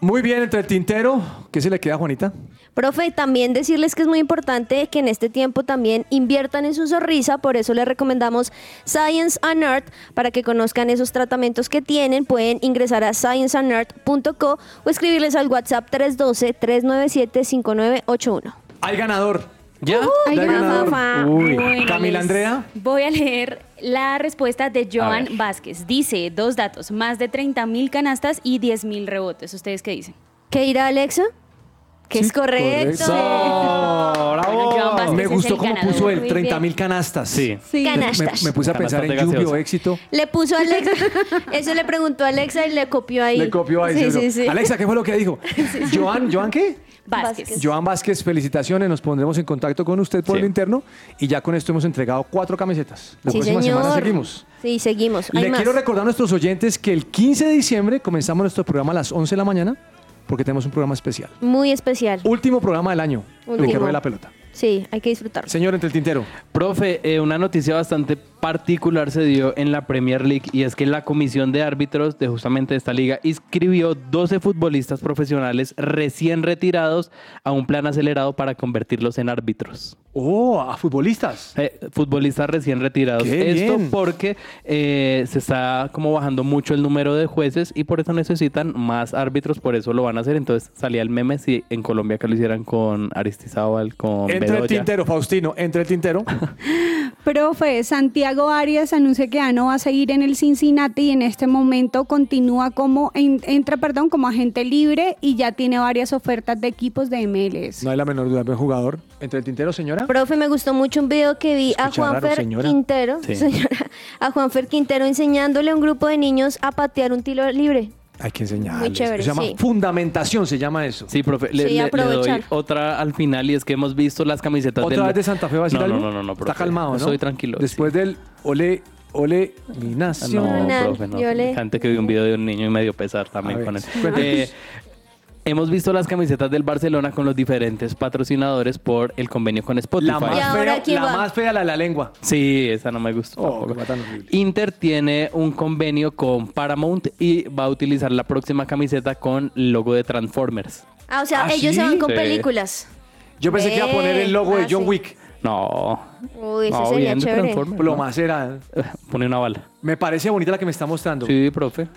S2: Muy bien, entre el tintero. ¿Qué se le queda, Juanita?
S3: Profe, también decirles que es muy importante que en este tiempo también inviertan en su sonrisa, por eso les recomendamos Science and Art para que conozcan esos tratamientos que tienen. Pueden ingresar a scienceandart.co o escribirles al WhatsApp 312-397-5981.
S2: Hay ganador. ¿Ya?
S6: Hay
S2: ¿Ya
S6: ganador.
S2: Uy.
S6: Bueno,
S2: Camila
S6: les
S2: Andrea.
S6: Voy a leer la respuesta de Joan Vázquez. Dice, dos datos, más de 30 mil canastas y 10 mil rebotes. ¿Ustedes qué dicen?
S3: ¿Qué irá Alexa? Que es correcto.
S6: Bueno, Joan Vázquez
S2: Oh, Me
S6: es
S2: gustó
S6: el
S2: como
S6: ganador.
S2: puso él,
S6: Muy
S2: 30 mil canastas. Sí.
S3: Sí.
S2: Me,
S3: Canastas.
S2: me- me puse a
S4: Canastas
S2: pensar en
S4: de gaseosa.
S2: lluvio, éxito.
S3: Le puso a Alexa, eso le preguntó a Alexa y le copió ahí.
S2: Le copió ahí.
S3: Sí,
S2: seguro.
S3: sí, sí.
S2: Alexa, ¿qué fue lo que dijo? Joan, ¿Joan qué?
S6: Vázquez.
S2: Joan Vázquez, felicitaciones. Nos pondremos en contacto con usted por
S4: Sí.
S2: el interno. Y ya con esto hemos entregado cuatro camisetas. La
S3: Sí,
S2: próxima semana
S3: señor.
S2: seguimos.
S3: Sí, seguimos. Hay
S2: Le
S3: más.
S2: quiero recordar a nuestros oyentes que el 15 de diciembre comenzamos nuestro programa a las 11 de la mañana porque tenemos un programa especial.
S3: Muy especial.
S2: Último programa del año. El que
S3: Último.
S2: ruede la pelota.
S3: Sí, hay que disfrutarlo.
S2: Señor, entre el tintero.
S4: Profe, eh, una noticia bastante particular se dio en la Premier League y es que la comisión de árbitros de justamente esta liga inscribió 12 futbolistas profesionales recién retirados a un plan acelerado para convertirlos en árbitros.
S2: Oh, a futbolistas.
S4: Eh, futbolistas recién retirados.
S2: ¡Qué
S4: Esto
S2: bien!
S4: porque eh, se está como bajando mucho el número de jueces y por eso necesitan más árbitros, por eso lo van a hacer. Entonces salía el meme si en Colombia que lo hicieran con Aristizábal, con
S2: Entre el
S4: Bedoya.
S2: tintero, Faustino, entre el tintero.
S5: Profe, Santiago Arias anuncia que ya no va a seguir en el Cincinnati y en este momento continúa como en- entra, perdón, como agente libre y ya tiene varias ofertas de equipos de MLS.
S2: No hay la menor duda, buen jugador. Entre el tintero, señora.
S3: Profe, me gustó mucho un video que vi a
S2: Escucha raro,
S3: Juanfer
S2: señora.
S3: Quintero,
S2: Sí.
S3: señora, a Juanfer Quintero enseñándole a un grupo de niños a patear un tiro libre.
S2: Hay que enseñar.
S3: Muy chévere,
S2: se llama
S3: sí.
S2: fundamentación, se llama eso.
S4: Sí, profe, le,
S3: Sí,
S4: le- le
S3: aprovechar.
S4: doy otra al final y es que hemos visto las camisetas
S2: ¿Otra
S4: del-
S2: vez de Santa Fe va a decir
S4: no,
S2: algo?
S4: No, no, no, no, profe.
S2: Está calmado, ¿no?
S4: Estoy tranquilo.
S2: Después del ole, ole, mi
S4: sí.
S2: nación.
S4: Ah, No,
S3: Nacional,
S4: profe, no.
S3: yo le-
S4: Antes que vi un video de un niño y me dio pesar
S2: A
S4: también
S2: ver,
S4: con él.
S2: cuéntanos.
S4: Eh, hemos visto las camisetas del Barcelona con los diferentes patrocinadores por el convenio con Spotify.
S2: La,
S3: ¿Y
S2: más
S3: ahora
S2: fea,
S3: quién
S2: la
S3: va?
S2: más fea, la de la lengua.
S4: Sí, esa no me gustó.
S2: Oh,
S4: tampoco.
S2: qué tan horrible.
S4: Inter tiene un convenio con Paramount y va a utilizar la próxima camiseta con logo de Transformers.
S3: Ah, o sea,
S2: ¿Ah,
S3: ellos se
S2: sí?
S3: van con
S4: Sí.
S3: películas.
S2: Yo pensé que iba a poner el logo
S3: Ve,
S2: de
S3: ah,
S2: John
S3: así.
S2: Wick.
S4: No.
S3: Uy, eso
S2: Ah,
S4: no,
S3: sería
S4: bien de
S3: chévere.
S4: Transformers, ¿no?
S2: Plomacera.
S4: Eh, Pone una bala.
S2: Me parece bonita la que me está mostrando.
S4: Sí, profe.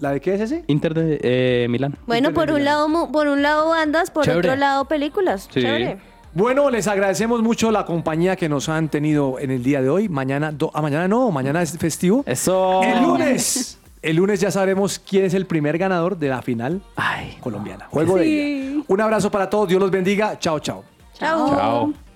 S2: ¿La de qué es ese?
S4: Inter de eh, Milán.
S3: Bueno, por un lado mu- por un lado bandas, por
S4: Chévere.
S3: otro lado películas.
S4: Sí.
S3: Chévere.
S2: Bueno, les agradecemos mucho la compañía que nos han tenido en el día de hoy. Mañana, do- ah, mañana no, mañana es festivo.
S4: Eso.
S2: El lunes. El lunes ya sabremos quién es el primer ganador de la final
S4: Ay.
S2: colombiana. Juego de ida. Un abrazo para todos. Dios los bendiga. Chao, chao.
S3: Chao.
S4: Chao.
S1: Oh,